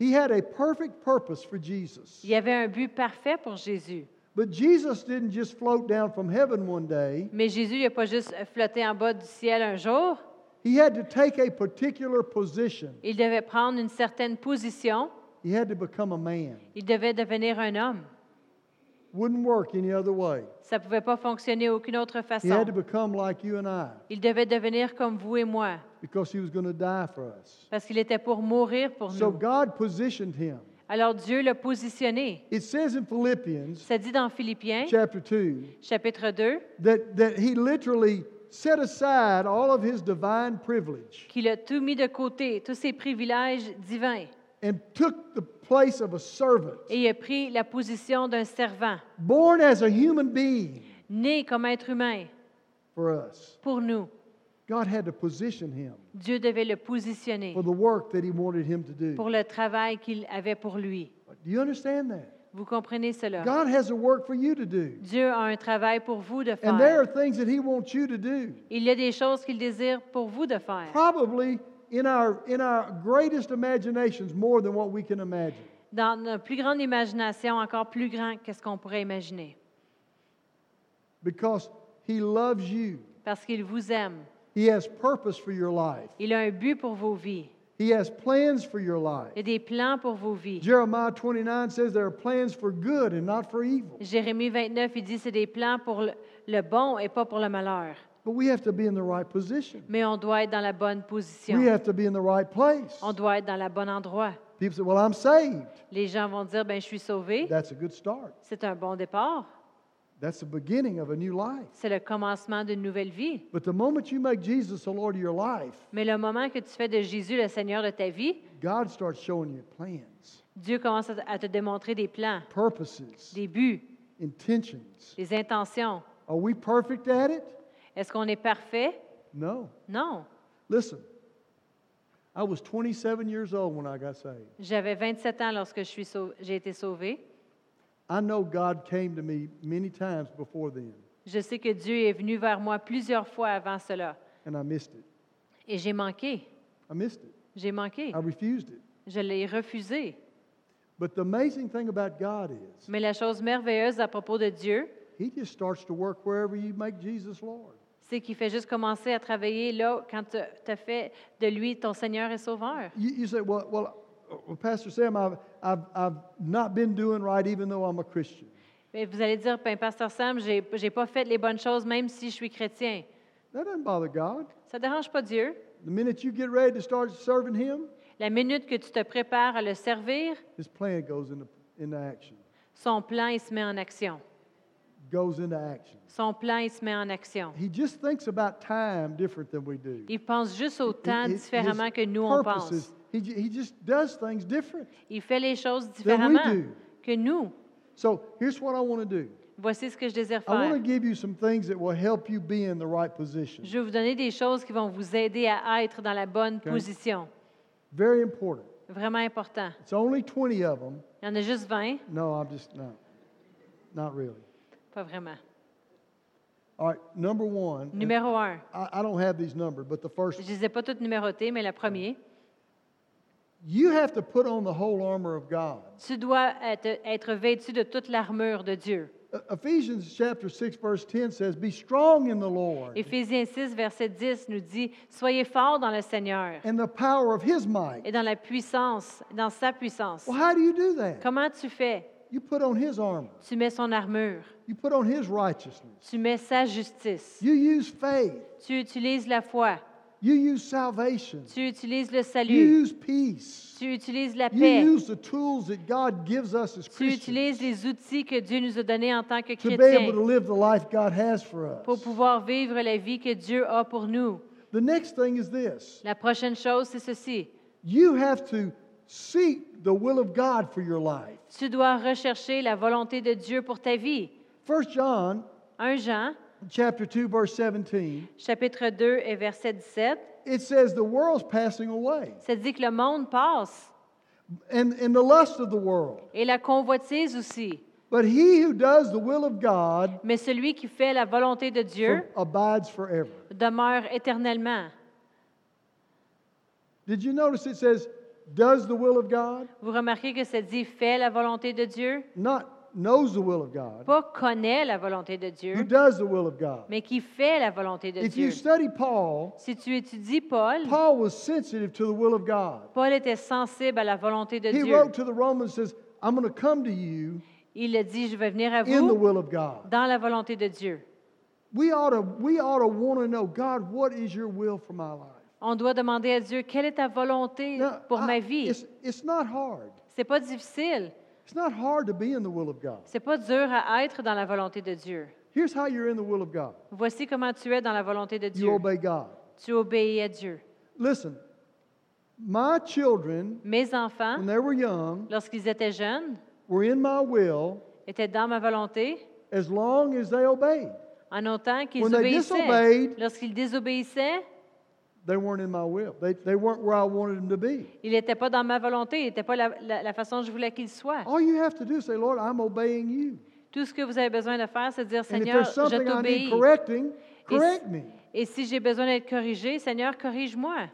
He had a perfect purpose for Jesus.
Il y avait un but parfait pour Jésus.
But Jesus didn't just float down from heaven one day.
Mais Jésus n'a pas juste flotté en bas du ciel un jour.
He had to take a particular position.
Il devait prendre une certaine position.
He had to become a man.
Il devait devenir un homme.
Wouldn't work any other way.
Ça ne pouvait pas fonctionner aucune autre
He
façon.
had to become like you and I
Il devait devenir comme vous et moi,
because he was going to die for us.
parce qu'il était pour mourir pour
So
nous.
God positioned him.
Alors Dieu l'a positionné.
It says in Philippians
Ça dit dans Philippiens,
chapter 2
chapitre 2,
that, that he literally set aside all of his divine privilege
qu'il a tout mis de côté, tous ses privilèges divins,
and took the place of a servant.
et il a pris la position d'un servant,
Born as a human being
né comme être humain
for us,
pour nous.
God had to position him
Dieu devait le positionner
for the work that he wanted him to do.
pour le travail qu'il avait pour lui.
Do you understand that?
Vous comprenez cela?
God has a work for you to do.
Dieu a un travail pour vous de
And there
faire.
are things that he wants you to do.
Il y a des choses qu'il désire pour vous de faire.
Probably in our in our greatest imaginations more than what we can imagine.
Dans notre plus grande imagination, encore plus grand que ce qu'on pourrait imaginer.
Because he loves you.
Parce qu'il vous aime.
He has purpose for your life.
Il a un but pour vos vies.
He has plans for your life.
Il y a des plans pour vos vies.
Jeremiah 29 says there are plans for good and not for evil.
Jérémie 29, il dit c'est des plans pour le, le bon et pas pour le malheur.
But we have to be in the right position.
Mais on doit être dans la bonne position.
We have to be in the right place.
On doit être dans le bon endroit.
People say, Well, I'm saved.
Les gens vont dire, ben je suis sauvé.
That's a good start.
C'est un bon départ.
That's the beginning of a new life.
C'est le commencement d'une nouvelle vie.
But the moment you make Jesus the Lord of your life,
Mais le moment que tu fais de Jésus le Seigneur de ta vie,
God starts showing you plans,
Dieu commence à te- à te démontrer des plans,
purposes,
des buts,
intentions.
des intentions.
Are we perfect at it?
Est-ce qu'on est parfait?
No.
Non.
Listen, I was 27 years old when I got saved.
J'avais 27 ans lorsque je suis sau- j'ai été sauvé.
I know God came to me many times before then,
Je sais que Dieu est venu vers moi plusieurs fois avant cela.
and I missed it.
Et j'ai manqué.
I missed it.
J'ai manqué.
I refused it.
Je l'ai refusé.
But the amazing thing about God is,
Mais la chose merveilleuse à propos de Dieu,
He just starts to work wherever you make Jesus Lord.
c'est qu'il fait juste commencer à travailler là quand tu as fait de lui ton Seigneur et Sauveur.
You, you say, well, well, uh, well, Pastor Sam, I've, I've, I've not been doing right even though I'm a Christian.
Mais vous allez dire, ben, Pasteur Sam, j'ai n'ai pas fait les bonnes choses même si je suis chrétien.
That doesn't bother God.
Ça ne dérange pas Dieu.
The minute you get ready to start serving Him,
La minute que tu te prépares à le servir,
His plan goes into, into action.
son plan, il se met en action.
Goes into action.
Son plan, il se met en action.
He just thinks about time different than we do.
Il pense juste au temps
His- his
différemment que nous, on
purposes,
pense.
He, ju- he just does things different.
Il fait les choses
Then we
différemment
do.
que nous.
So here's what I want to do.
Voici ce que je désire
I want
faire.
to give you some things that will help you be in the right position.
Je vais vous donner des choses qui vont vous aider à être dans la bonne
Okay.
position.
Very important.
Vraiment important.
It's only 20 of them.
Il y en a juste 20.
No, I'm just not. Not really.
Pas vraiment.
All right, number one. and
Numéro 1.
I, I don't have these numbered, but the first
Je ne les ai pas toutes numérotées, mais le premier.
you have to put on the whole armor of God.
Tu dois être, être vêtu de toute l'armure de Dieu.
E- Ephesians chapter 6, verse 10 says, Be strong in the Lord
Éphésiens 6, verset 10 nous dit Soyez forts dans le Seigneur
and the power of his might.
et dans la puissance, dans sa puissance.
Well, how do you do that?
Comment tu fais
You put on his armor.
Tu mets son armure,
You put on his righteousness.
tu mets sa justice,
You use faith.
tu utilises la foi,
You use salvation.
tu utilises le
You
salut,
use peace.
tu utilises la
You
paix,
use the tools that God gives us as
tu
Christians
utilises les outils que Dieu nous a donnés en tant que
to be able to
chrétiens
live the life God has for
pour
us.
pouvoir vivre la vie que Dieu a pour nous.
The next thing is this
La prochaine chose, c'est ceci.
you have to seek the will of God for your life.
Tu dois rechercher la volonté de Dieu pour ta vie.
1 John
1 Jean,
chapter 2 verse 17
chapitre 2 et verset 17,
it says the world's passing away
ça dit que le monde passe
and, and the lust of the world
et la convoitise aussi.
but he who does the will of God
Mais celui qui fait la volonté de Dieu
abides forever.
demeure éternellement.
Did you notice it says does the will of God
Vous remarquez que ça dit fait la volonté de Dieu,
not knows the will of God
pas connaît la volonté de
who
Dieu,
does the will of God.
mais qui fait la volonté de
If
Dieu.
you study Paul
Si tu étudies Paul,
Paul was sensitive to the will of God.
Paul était sensible à la volonté de
He
Dieu.
wrote to the Romans says I'm going to come to you
Il a dit, je vais venir à
in the
vous
will of God.
dans la volonté de Dieu.
We ought to, we ought to want to know, God, what is your will for my life?
On doit demander à Dieu, quelle est ta volonté
Now,
pour
I-
ma vie?
ah, It's, it's not hard.
C'est pas difficile.
It's not hard to be in the will of God.
C'est pas dur à être dans la volonté de Dieu.
Here's how you're in the will of God.
Voici comment tu es dans la volonté de
You
Dieu.
obey God.
Tu obéis à Dieu.
Listen, My children,
Mes enfants,
when they were young,
lorsqu'ils étaient jeunes,
were in my will
étaient dans ma volonté
as long as they obeyed.
en autant qu'ils
When they
obéissaient.
disobeyed-
Lorsqu'ils désobéissaient,
They weren't in my will. They, they weren't where I wanted them to be.
ils n'étaient pas dans ma volonté, ils n'étaient pas la, la- la façon dont je voulais qu'ils soient.
All you have to do is say, Lord, I'm obeying you.
Tout ce que vous avez besoin de faire, c'est de dire,
And if
Seigneur,
there's
je
something I need
t'obéis.
correcting,
Et,
correct me.
et si j'ai besoin d'être corrigé, Seigneur, corrige-moi.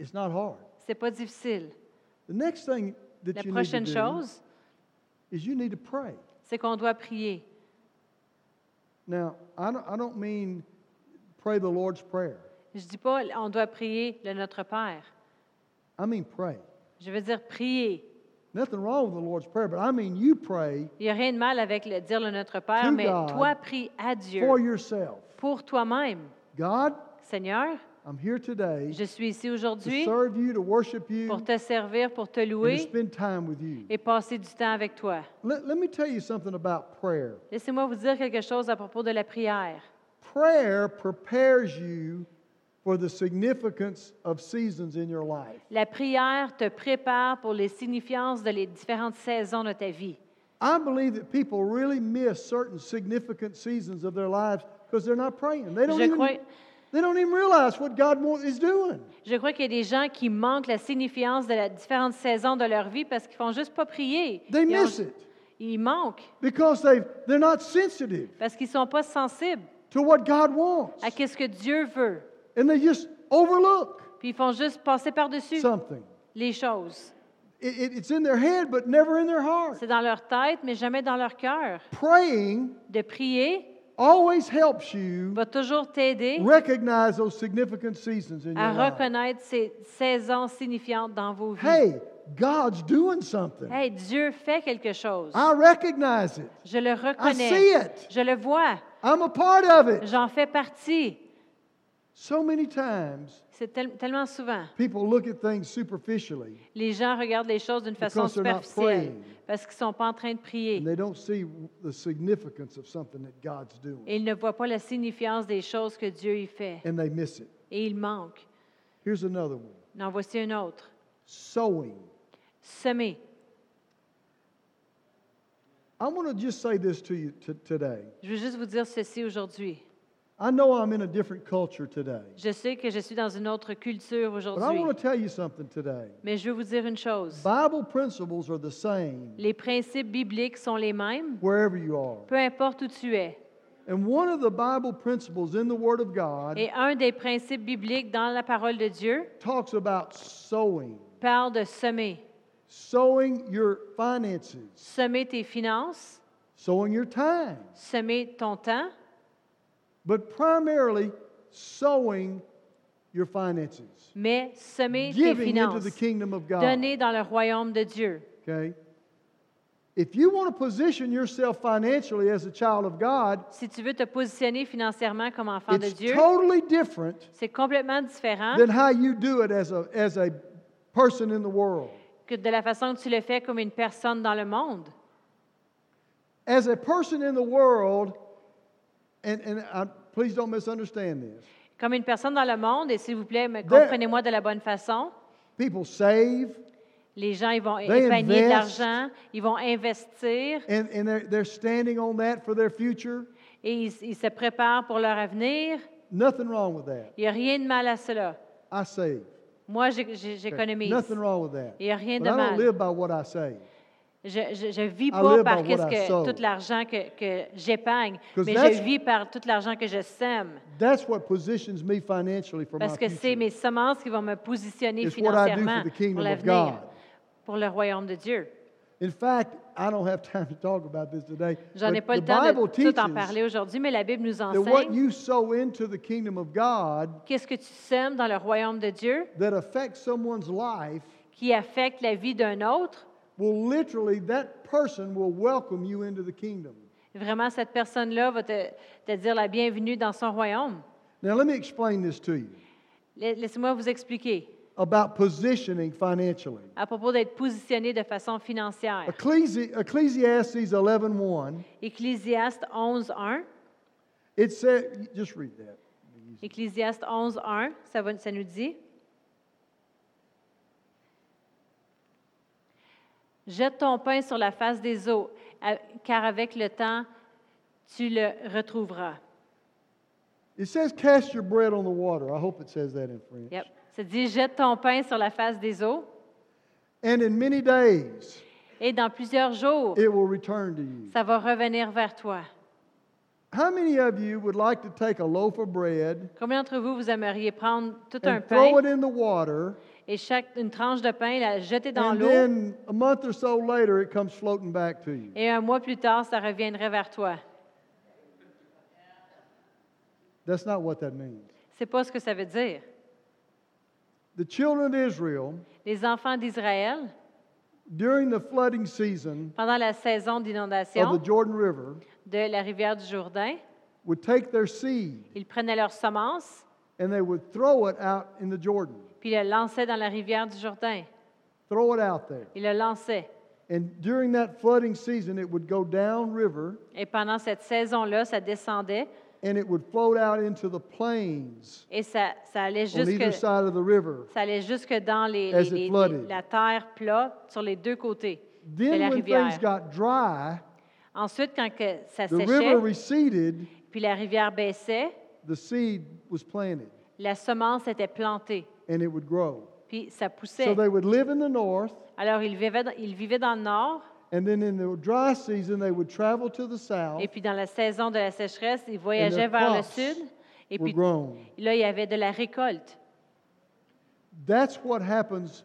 It's not hard.
C'est pas difficile.
The next thing
La
that you need to
prochaine
do
chose,
is you need to pray.
c'est qu'on doit prier.
Now, I don't, I don't mean pray the Lord's Prayer.
Je dis pas on doit prier le Notre Père.
I mean pray.
Je veux dire prier.
Nothing wrong with the Lord's Prayer, but I mean you pray
Il n'y a rien de mal avec le dire le Notre Père,
To
mais
God,
toi prie à Dieu
for yourself.
pour toi-même.
God,
Seigneur,
I'm here today
je suis ici
to
aujourd'hui
serve you, to worship you,
pour te servir, pour te
and to
louer
spend time with you.
et passer du temps avec toi.
Let, let me tell you something about prayer.
Laissez-moi vous dire quelque chose à propos de la prière.
Prayer prepares you for the significance of seasons in your life.
La prière te prépare pour les significances de les différentes saisons de ta vie.
I believe that people really miss certain significant seasons of their lives because they're not praying. They don't,
Je
even,
crois-
they don't even realize what God wants, is doing.
Je crois qu'il y a des gens qui manquent la signification de la différentes saisons de leur vie parce qu'ils font juste pas prier.
They
Ils, ont-
miss it
ils manquent
because they they're not sensitive
parce qu'ils sont pas sensibles
to what God wants,
à qu'est-ce que Dieu veut.
and they just overlook
Puis ils font juste passer par-dessus
something.
les choses.
It- it- it's in their head, but never in their heart.
C'est dans leur tête, mais jamais dans leur cœur.
Praying
De prier
always helps you
va toujours t'aider
recognize those significant seasons in
à
your life.
reconnaître ces saisons signifiantes dans vos vies.
Hey, God's doing something.
Hey, Dieu fait quelque chose.
I recognize it.
Je le
Ah! see
reconnais.
it.
Je le vois.
I'm a part of it.
J'en fais partie.
So many times
C'est tel- tellement souvent.
people look at things superficially
Les gens regardent les choses d'une façon
Because they're not
superficielle
praying.
parce qu'ils ne sont pas en train de prier.
and they don't see the significance of something that God's doing
Et ils ne voient pas la signification des choses que Dieu y fait.
and they miss it.
Et ils manquent.
Here's another one
En voici un autre.
sowing.
Semer.
I want to just say this to you t- today.
Je veux juste vous dire ceci aujourd'hui.
I know I'm in a different culture today,
Je sais que je suis dans une autre culture
but I
aujourd'hui.
want to tell you something today.
Mais je veux vous dire une chose.
Bible principles are the same
Les principes bibliques sont les mêmes,
wherever you are.
peu importe où tu es.
And one of the Bible principles in the Word of God
Et un des principes bibliques dans la parole de Dieu
talks about sowing,
parle de semer.
sowing your finances,
Semer tes finances,
sowing your time,
semer ton temps,
but primarily sowing your finances,
mais semer tes
giving into the
finances.
kingdom of God.
Donner dans le royaume de Dieu.
Okay? If you want to position yourself financially as a child of God,
Si tu veux te positionner financièrement comme enfant de
it's
Dieu,
totally different
c'est complètement différent
than how you do it as a, as a person in the world.
que de la façon que tu le fais comme une personne dans le monde.
As a person in the world, and, and I, please don't misunderstand this,
Comme une personne dans le monde, et s'il vous plaît, me-
There-
comprenez-moi de la bonne façon.
people save
Les gens, ils vont
They
épargner de
invest.
l'argent, ils vont investir
and, and they're, they're standing on that for their future.
et ils, ils se préparent pour leur avenir.
Nothing wrong with that.
Il n'y a rien de mal à cela.
I save.
Moi, j'ai- j'ai- j'économise.
Nothing wrong with that.
Il n'y a rien
But
de
I
mal.
don't live by what I save.
Je, je, je vis
live
pas
by
par
what
qu'est-ce
I
que,
sow.
tout l'argent que, que j'épargne,
'Cause
mais
that's-
je vis par tout l'argent que je sème.
That's what positions me financially for
Parce
my
que c'est
future.
mes semences qui vont me positionner
It's what I do
financièrement
for the kingdom
pour
of
l'avenir,
God.
pour le royaume de Dieu.
In fact, I don't have time to talk about this today.
J'en ai
but
pas
the
le temps
Bible
de tout en
teaches
parler aujourd'hui, mais la Bible nous
that what
enseigne
you sow into the kingdom of God
qu'est-ce que tu sèmes dans le royaume de Dieu
that affects someone's life
qui affecte la vie d'un autre.
will literally, that person will welcome you into the kingdom.
Vraiment, cette personne-là va te, te dire la bienvenue dans son royaume.
Now, let me explain this to you
La- Laissez-moi vous expliquer
about positioning financially.
à propos d'être positionné de façon financière.
Ecclesi- Ecclesiastes 11.1,
Ecclésiaste 11.1.
it said, just read that.
Ecclésiaste 11.1, ça, va- ça nous dit, Jette ton pain sur la face des eaux, a- car avec le temps, tu le retrouveras.
It says, cast your bread on the water. I hope it says that in French.
Yep. Ça dit, jette ton pain sur la face des eaux,
And in many days,
et dans plusieurs jours,
it will return to you.
ça va revenir vers toi.
How many of you would like to take a loaf of bread
Combien d'entre vous, vous aimeriez prendre tout un
and
pain
throw it in the water,
et chaque une tranche de pain, la jeter dans
and
l'eau,
then a month or so later, it comes floating back to you?
et un mois plus tard, ça reviendrait vers toi?
That's not what that means.
C'est pas ce que ça veut dire.
The children of Israel,
Les enfants d'Israël,
during the flooding season
pendant la saison
of Oh, the
d'inondation
Jordan River,
de la rivière du Jourdain,
would take their seed
ils prenaient leurs semences
and they would throw it out in the Jordan,
puis le lançaient dans la rivière du Jourdain.
throw it out there.
Ils le lançaient.
And during that flooding season, it would go down river
Et pendant cette saison-là, ça descendait
and it would float out into the plains
et ça, ça allait
on either
jusque, ça
side of the river.
allait jusque dans les,
As
les-
it
les-
flooded.
la terre plat sur les deux côtés de la
Then, when things
rivière.
got dry,
Ensuite, quand que ça
the
séchait,
river receded,
puis la rivière baissait,
the seed was planted
la semence était plantée,
and it would grow.
puis ça poussait.
So they would live in the north,
Alors, ils vivaient, dans- ils vivaient dans le nord,
and then in the dry season, they would travel to the south
et puis dans la saison de la sécheresse, ils voyageaient
And their
vers le
crops
sud, et
were
puis
grown.
là, il y avait de la récolte.
That's what happens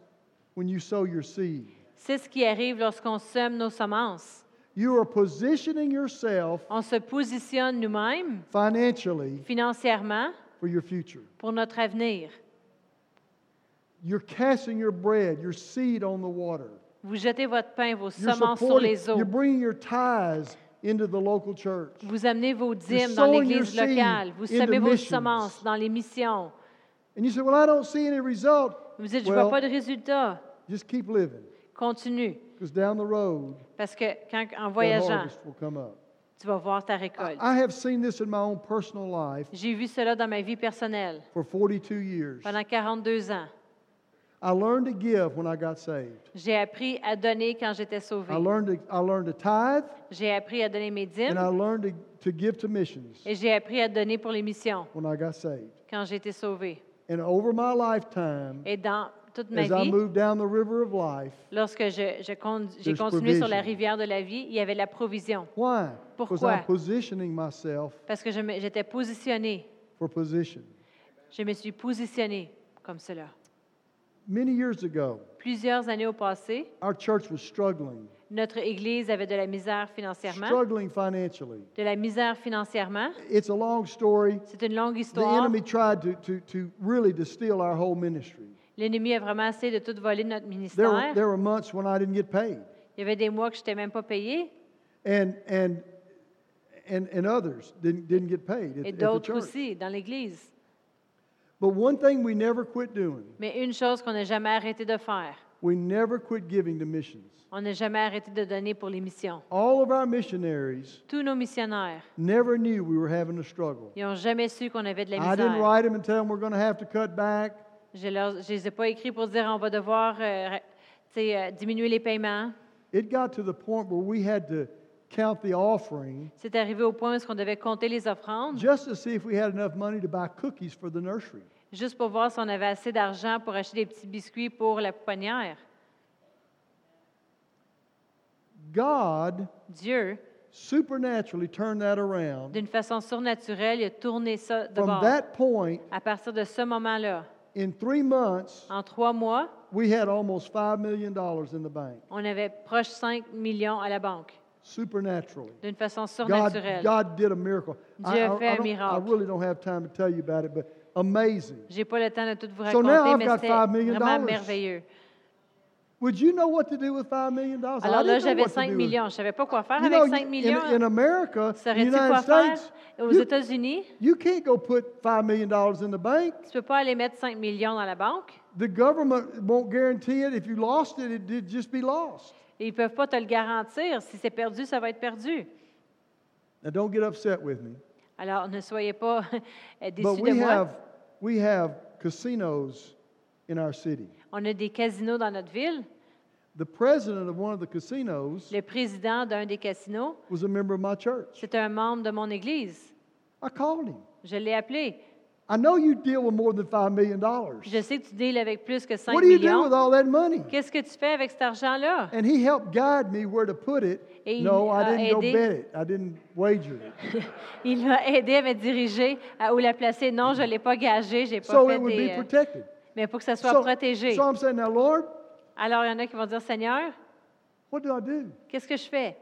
when you sow your seed.
C'est ce qui arrive lorsqu'on sème nos semences.
You are positioning yourself
On se positionne nous-mêmes
financially
financièrement
for your future.
pour notre avenir.
You're casting your bread, your seed on the water.
Vous jetez votre pain, vos
You're,
semences sur
supporting-
les eaux.
you're bringing your tithes into the local church.
Vous amenez vos dîmes
You're
dans
sowing
l'église
your seed
locale. Vous
into
semez vos
missions.
semences dans les missions.
And you say, Well, I don't see any result.
Vous dites, je ne
Well,
vois pas de résultat.
Just keep living
Continue.
because down the road,
Parce que quand, en
the
voyageant,
harvest will come up.
tu vas voir ta
I,
récolte.
I have seen this in my own personal life
J'ai vu cela dans ma vie personnelle
for 42 years.
pendant 42 ans.
I learned to give when I got saved.
J'ai appris à donner quand j'étais
I
sauvée.
learned to, I learned to tithe
J'ai appris à donner mes
and I
dîmes
learned to, to give to missions
et j'ai appris à donner pour les missions
when I got saved.
quand j'étais sauvée.
And over my lifetime,
Et dans toute ma
as I
vie,
moved down the river of life,
lorsque je- je con- j'ai
There's
continué sur la
provision.
rivière de la vie, il y avait de la provision
why? Because
Pourquoi?
I'm positioning myself
parce que je me- j'étais positionnée.
for position.
Je me suis positionnée comme cela.
Many years ago,
Plusieurs années au passé,
our church was struggling,
notre Église avait de la misère financièrement.
struggling financially.
De la misère financièrement.
It's a long story.
C'est une longue
The
histoire.
enemy tried to, to, to really to steal our whole ministry.
L'ennemi a vraiment essayé de tout voler de notre
There were,
ministère.
there were months when I didn't get paid,
Il y avait des mois que je n'étais même pas payée
and, and, and, and others didn't, didn't get paid at,
et
at the
d'autres
church.
aussi dans l'Église.
But one thing we never quit doing,
Mais une chose qu'on n'a jamais arrêté de faire,
we never quit giving to missions.
on n'a jamais arrêté de donner pour les missions.
All of our missionaries
Tous nos missionnaires,
never knew we were having a struggle.
ils n'ont jamais su qu'on avait de la
I didn't
misère.
write them and tell them we're going to have to cut back.
Je ne les ai pas écrits pour dire on va devoir euh, ra- tu sais, euh, diminuer les paiements.
It got to the point where we had to count the offering
C'est arrivé au point où on devait compter les offrandes
just to see if we had enough money to buy cookies for the nursery.
juste pour voir si on avait assez d'argent pour acheter des petits biscuits pour la pouponnière.
God
Dieu,
supernaturally turned that around.
d'une façon surnaturelle, il a tourné ça de
From
bord.
that point,
À partir de ce moment-là,
in three months,
en trois mois,
we had almost $5 million in the bank,
on avait proche 5 millions à la banque,
supernaturally.
d'une façon
God,
surnaturelle.
God did a miracle. I,
Dieu
I- I
fait un
don't- I
miracle.
really don't have time to tell you about it, but amazing.
J'ai pas le temps de tout vous
So now
raconter,
I've
mais
got
c'était
$5 million
vraiment merveilleux.
Would you know what to do with $5 million? I
Alors là,
didn't know
j'avais
what to
5
do with-
millions. Je savais pas quoi faire
You know,
avec 5 millions.
in, in America, the
Saurais-tu quoi
United
faire?
States,
Aux
you-
États-Unis,
You can't go put $5 million in the bank.
tu peux pas aller mettre 5 millions dans la banque.
The government won't guarantee it. If you lost it, it'd just be lost.
Et ils peuvent pas te le garantir. Si c'est perdu, ça va être perdu.
Now, don't get upset with me.
Alors, ne soyez pas déçus
But
de
we
moi.
have, we have casinos in our city.
On a des casinos dans notre ville.
The president of one of the casinos
Le président d'un des casinos,
was a member of my church.
c'est un membre de mon église.
I called him.
Je l'ai appelé.
I know you deal with more than $5 million.
Je sais que tu deals avec plus que 5
What do you do
millions.
with all that money?
Qu'est-ce que tu fais avec cet argent-là?
And he helped guide me where to put it.
Et il
No, I
a
didn't go
aidé.
bet it. I didn't wager it.
Il m'a aidé à me diriger à où la placer. Non, je ne l'ai pas gagé, j'ai pas
So
fait
it would be
des, euh,
protected.
mais pour que ça soit
So,
protégé.
so I'm saying, now, Lord,
Alors, il y en a qui vont dire, Seigneur,
what do I do?
qu'est-ce que je fais?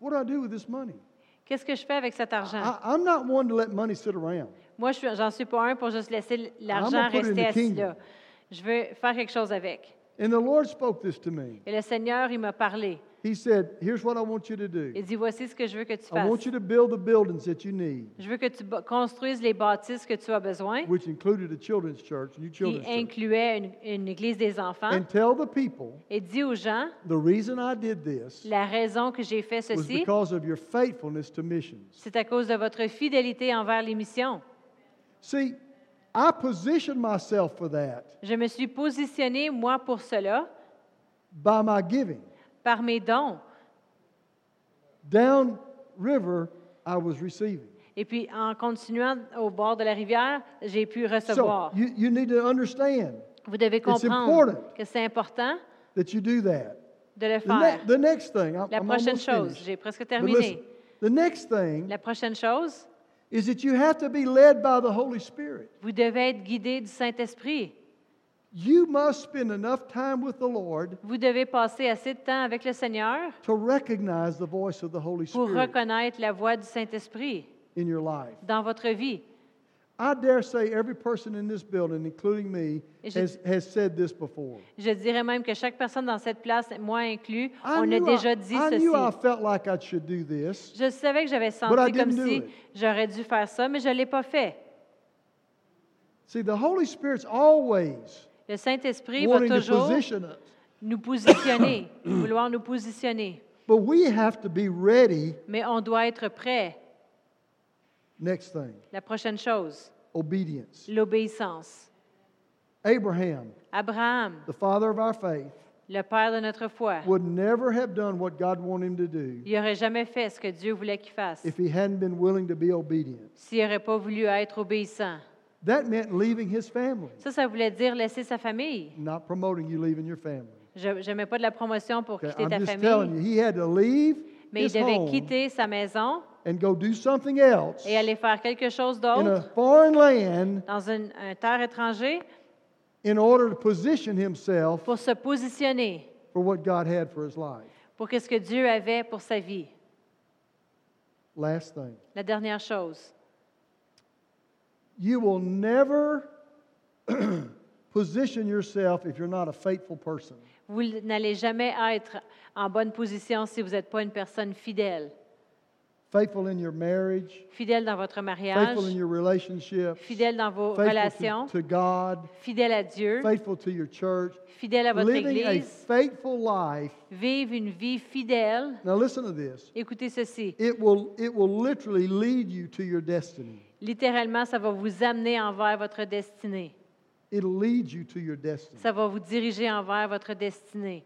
What do I do with this money?
Qu'est-ce que je fais avec cet argent?
I, I'm not one to let money sit around.
Moi, je suis- j'en suis pas un pour juste laisser
gonna
l'argent
put it in
rester
the
assis
kingdom.
là. Je veux faire quelque chose avec.
And the Lord spoke this to me.
Et le Seigneur, il m'a parlé.
He said, Here's what I want you to
Il
do.
dit, voici ce que je veux que tu
I want
fasses.
you to build the buildings that you need,
Je veux que tu ba- construises les bâtisses que tu as besoin,
which included a children's church, new
qui
children's church.
incluait une, une église des enfants.
And tell the people
Et dis aux gens,
the reason I did this
la raison que j'ai fait
was
ceci,
because of your faithfulness to missions.
c'est à cause de votre fidélité envers les missions.
See, I positioned myself for that
Je me suis positionné, moi, pour cela,
by my giving.
par mes dons.
Down river, I was receiving.
Et puis, en continuant au bord de la rivière, j'ai pu
So
recevoir.
you, you need to understand
Vous devez
important.
comprendre que c'est important
that you do that.
de le
The, ne-
faire.
the next thing, I'm,
La
I'm
prochaine
almost
chose,
finished.
j'ai presque
But listen,
terminé.
the next thing
La prochaine chose,
is that you have to be led by the Holy Spirit.
vous devez être guidé du Saint-Esprit.
You must spend enough time with the Lord
Vous devez passer assez de temps avec le Seigneur
to recognize the voice of the Holy
pour
Spirit
reconnaître la voix du Saint-Esprit
in your life.
dans votre vie.
I dare say every person in this building, including me,
Et je-
has, has said this before.
Je dirais même que chaque personne dans cette place, moi inclus,
I
on a
knew
déjà
I,
dit
I
ceci.
knew I felt like I should do this.
Je savais que j'avais
But I
senti
didn't
comme
do
si
it.
j'aurais dû faire ça, mais je ne l'ai pas fait.
See, the Holy Spirit's always
Le Saint-Esprit va
wanting to
toujours
position us,
nous positionner, vouloir nous positionner.
but we have to be ready.
Mais on doit être prêt.
Next thing,
La prochaine chose,
obedience.
l'obéissance.
Abraham,
Abraham,
the father of our faith,
le père de notre foi,
would never have done what God wanted him to do
il n'aurait jamais fait ce que Dieu voulait qu'il fasse
if he hadn't been willing to be obedient.
s'il n'aurait pas voulu être obéissant.
That meant leaving his family.
Ça, ça voulait dire laisser sa famille.
Not promoting you leaving your family.
Je n'aimais pas de la promotion pour
Okay,
quitter
I'm
ta
just telling
famille,
you, he had to leave
mais il
his
devait
home
quitter sa maison
and go do something else
et aller faire quelque chose
in
d'autre
a foreign land
dans une, un terre étranger
in order to position himself
pour se positionner
for what God had for his life.
pour ce que Dieu avait pour sa vie.
Last thing.
La dernière chose,
You will never position yourself if you're not a faithful person.
vous n'allez jamais être en bonne position si vous n'êtes pas une personne fidèle.
Faithful in your marriage,
Fidèle dans votre mariage,
faithful in your relationship,
fidèle dans vos
faithful
relations,
to, to God,
fidèle à Dieu,
faithful to your church,
fidèle à votre
living a
Église,
faithful life.
vivre une vie fidèle.
Now listen to this.
Écoutez ceci.
It will it will literally lead you to your destiny.
Littéralement, ça va vous amener envers votre destinée.
It'll lead you to your destiny.
Ça va vous diriger envers votre destinée.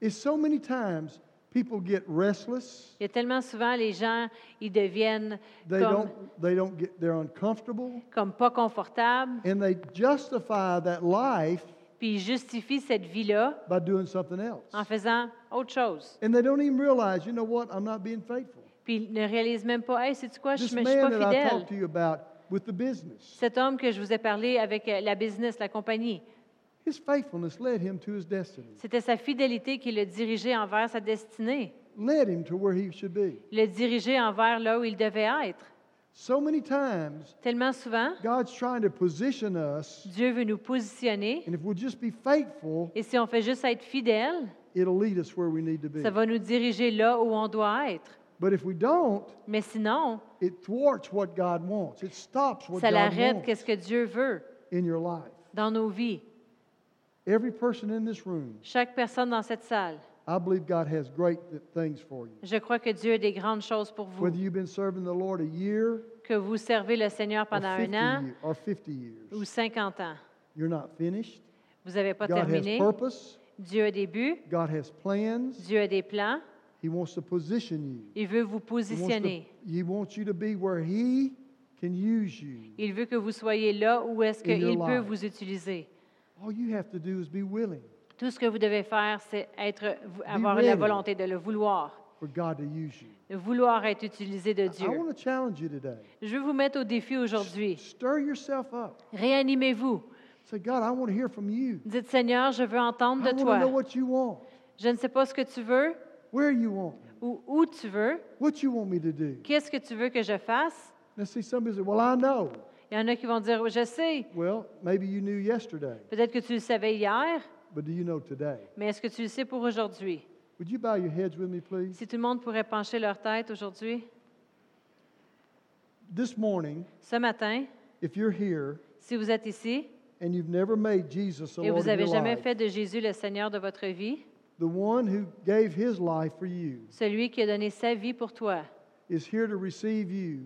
It's so many times people get restless.
Il y a tellement souvent, les gens, ils deviennent
They
comme,
don't they don't get they're uncomfortable
comme pas confortables,
and they justify that life
puis ils justifient cette vie-là
by doing something else.
en faisant autre chose.
And they don't even realize, you know what, I'm not being faithful.
Puis ils ne réalisent même pas, hey, c'est quoi, je
This
ne suis
man
pas
that I
fidèle.
talked to you about with the business,
Cet homme que je vous ai parlé avec euh, la business, la compagnie,
his faithfulness led him to his destiny,
c'était sa fidélité qui le dirigeait envers sa destinée,
led him to where he should be.
le dirigeait envers là où il devait être.
So many times,
Tellement souvent,
God's trying to position us,
Dieu veut nous positionner
and if we'll just be faithful,
Et si on fait juste être fidèle,
it'll lead us where we need to be.
ça va nous diriger là où on doit être.
But if we don't,
Mais sinon,
it thwarts what God wants. It stops what
ça
God
l'arrête
wants
qu'est-ce que Dieu veut
in your life.
dans nos vies.
Every person in this room,
Chaque personne dans cette salle,
I believe God has great th- things for you.
je crois que Dieu a des grandes choses pour
Whether
vous.
you've been serving the Lord a year
Que vous servez le Seigneur
or
pendant un
50,
an
year- or 50 years,
ou 50 ans.
you're not finished.
Vous n'avez pas
God has
terminé.
purpose.
Dieu a des buts,
God has plans.
Dieu a des plans,
He wants to position you.
il veut vous
He wants, to-
positionner.
he wants you to be where He can use you.
Il veut que vous soyez là où est-ce
In your
qu'il peut
life.
vous utiliser.
All you have to do is be willing
Tout ce que vous devez faire, c'est être, avoir la
ready.
volonté de le vouloir,
for God to use you.
de vouloir être utilisé de
I
Dieu.
want to challenge you today.
Je veux vous mettre au défi aujourd'hui.
Stir yourself up.
Réanimez-vous.
Say, God, I want to hear from you.
Dites, Seigneur, je veux entendre
I
de
want to know
toi.
what you want,
Je ne sais pas ce que tu veux
where you want, me,
ou où tu veux.
what you want me to do.
Qu'est-ce que tu veux que je fasse?
Now, see, somebody say, Well, I know.
Il y en a qui vont dire, je sais.
Well, maybe you knew yesterday,
Peut-être que tu le savais hier,
but do you know today?
mais est-ce que tu le sais pour aujourd'hui?
Would you bow your heads with me, please?
Si tout le monde pourrait pencher leur tête aujourd'hui,
This morning,
ce matin,
if you're here
si vous êtes ici
and you've never made Jesus the
et
Lord
vous
of
n'avez
your
jamais
life,
fait de Jésus le Seigneur de votre vie,
the one who gave his life for you
celui qui a donné sa vie pour toi,
is here to receive you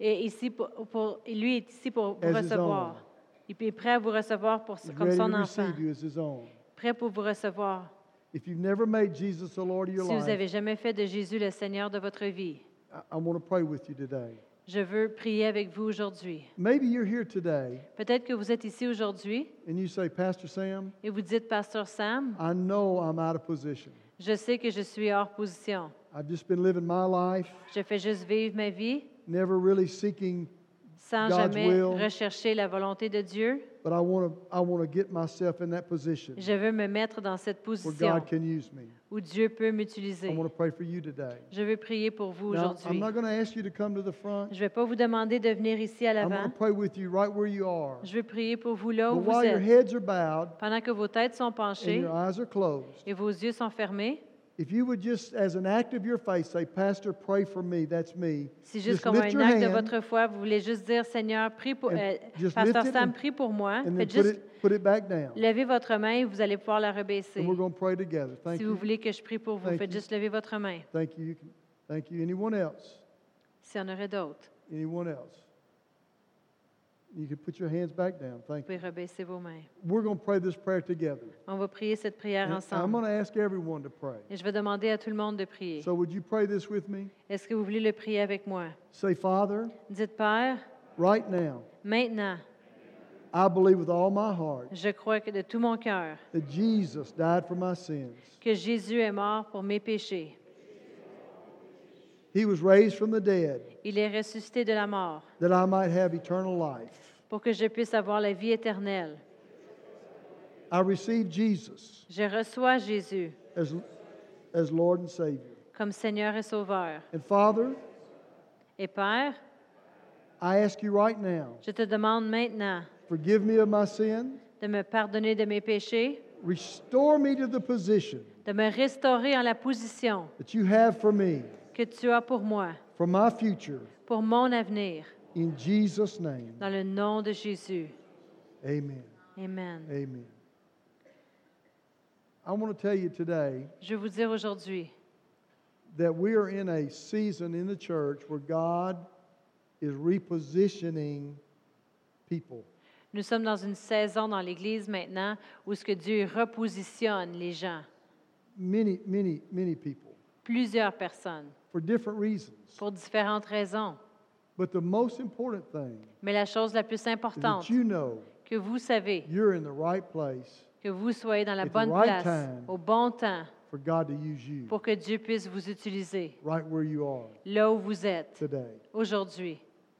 et ici pour, pour- lui est ici pour vous
As his
recevoir.
own.
Il est prêt à vous recevoir pour,
He's
comme
ready to
son enfant,
receive you as his own.
prêt pour vous recevoir.
If you've never made Jesus the Lord of your
Si vous
life,
n'avez jamais fait de Jésus le Seigneur de votre vie,
I, I want to pray with you today.
je veux prier avec vous aujourd'hui.
Maybe you're here today
Peut-être que vous êtes ici aujourd'hui
and you say, Pastor Sam,
et vous dites, Pasteur Sam,
I know I'm out of position.
je sais que je suis hors position.
I've just been living my life,
Je fais juste vivre ma vie
never really seeking,
sans
God's
jamais
will.
rechercher la volonté de Dieu.
but I want to I want to get myself in that position
Je veux me mettre dans cette
where
position
God can use me.
où Dieu peut
I
m'utiliser.
want to pray for you today.
Je veux prier pour vous
Now, I'm
aujourd'hui.
not going to ask you to come to the
Je
front.
ne vais pas vous demander de venir ici à
I'm going
l'avant.
to pray with you right where you are.
Je veux prier pour vous là
But
où vous
while your
êtes.
heads are bowed
Pendant que vos têtes sont
and
penchées
your eyes are closed,
et vos yeux sont fermés,
if you would just, as an act of your faith, say, Pastor, pray for me. That's me.
si juste
Just
comme
lift
un
your
acte de
hand
votre foi, vous voulez juste dire Seigneur, prie pour.
And
euh,
just
Pasteur
lift it
Sam,
and-
prie pour moi.
and then
Faites
put
juste
it, put it back down.
levez votre main et vous allez pouvoir la rebaisser.
And we're going to pray together. Thank
Si vous
you.
voulez que je prie pour vous,
Thank
faites
you.
juste lever votre main.
Thank you. You can- Thank you. Anyone else?
S'il y en aurait d'autres,
Anyone else? You can put your hands back down.
vous
Thank you.
pouvez rebaisser vos mains.
We're going to pray this prayer together.
On va prier cette prière
And I'm going
ensemble.
to ask everyone to pray.
Et je vais demander à tout le monde de prier.
So would you pray this with me?
Est-ce que vous voulez le prier avec moi?
Say, Father,
Dites, Père,
right now,
maintenant,
I believe with all my heart
je crois que de tout mon cœur
that Jesus died for my sins.
que Jésus est mort pour mes péchés.
He was raised from the dead
Il est ressuscité de la mort
that I might have eternal life.
pour que je puisse avoir la vie éternelle.
I receive Jesus
Je reçois Jésus
as, as Lord and Savior.
comme Seigneur et Sauveur.
And Father,
Et Père,
I ask you right now,
je te demande maintenant
forgive me of my sin,
de me pardonner de mes péchés,
restore me to the position
de me restaurer en la position
that you have for me,
que tu as pour moi,
for my future,
pour mon avenir,
in Jesus' name.
dans le nom de Jésus.
Amen.
Amen.
Amen. I want to tell you today
Je veux vous dire aujourd'hui
that we are in a season in the church where God is repositioning people.
Nous sommes dans une saison dans l'Église maintenant où ce que Dieu repositionne les gens,
Many, many, many people
plusieurs personnes,
for different reasons.
pour différentes raisons.
But the most important thing
Mais la chose la plus
is
importante,
that you know
que vous savez,
you're in the right place
que vous soyez dans la
At the
bonne
right
place,
time.
au bon temps,
for God to use you
pour que Dieu puisse vous utiliser
right where you are
là où vous êtes
today.
aujourd'hui.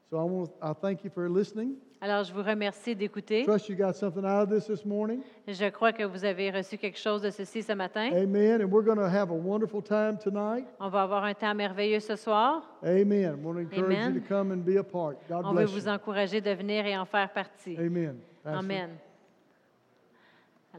So I want I thank you for listening.
Alors, je vous remercie d'écouter.
Trust you got something out of this this morning.
Je crois que vous avez reçu quelque chose de ceci ce matin.
Amen. And we're going to have a wonderful time tonight.
On va avoir un temps merveilleux ce soir.
Amen. I want to encourage
Amen.
you to come and be a part. God
On veut
bless
vous
you.
encourager de venir et en faire partie.
Amen. Pastor.
Amen.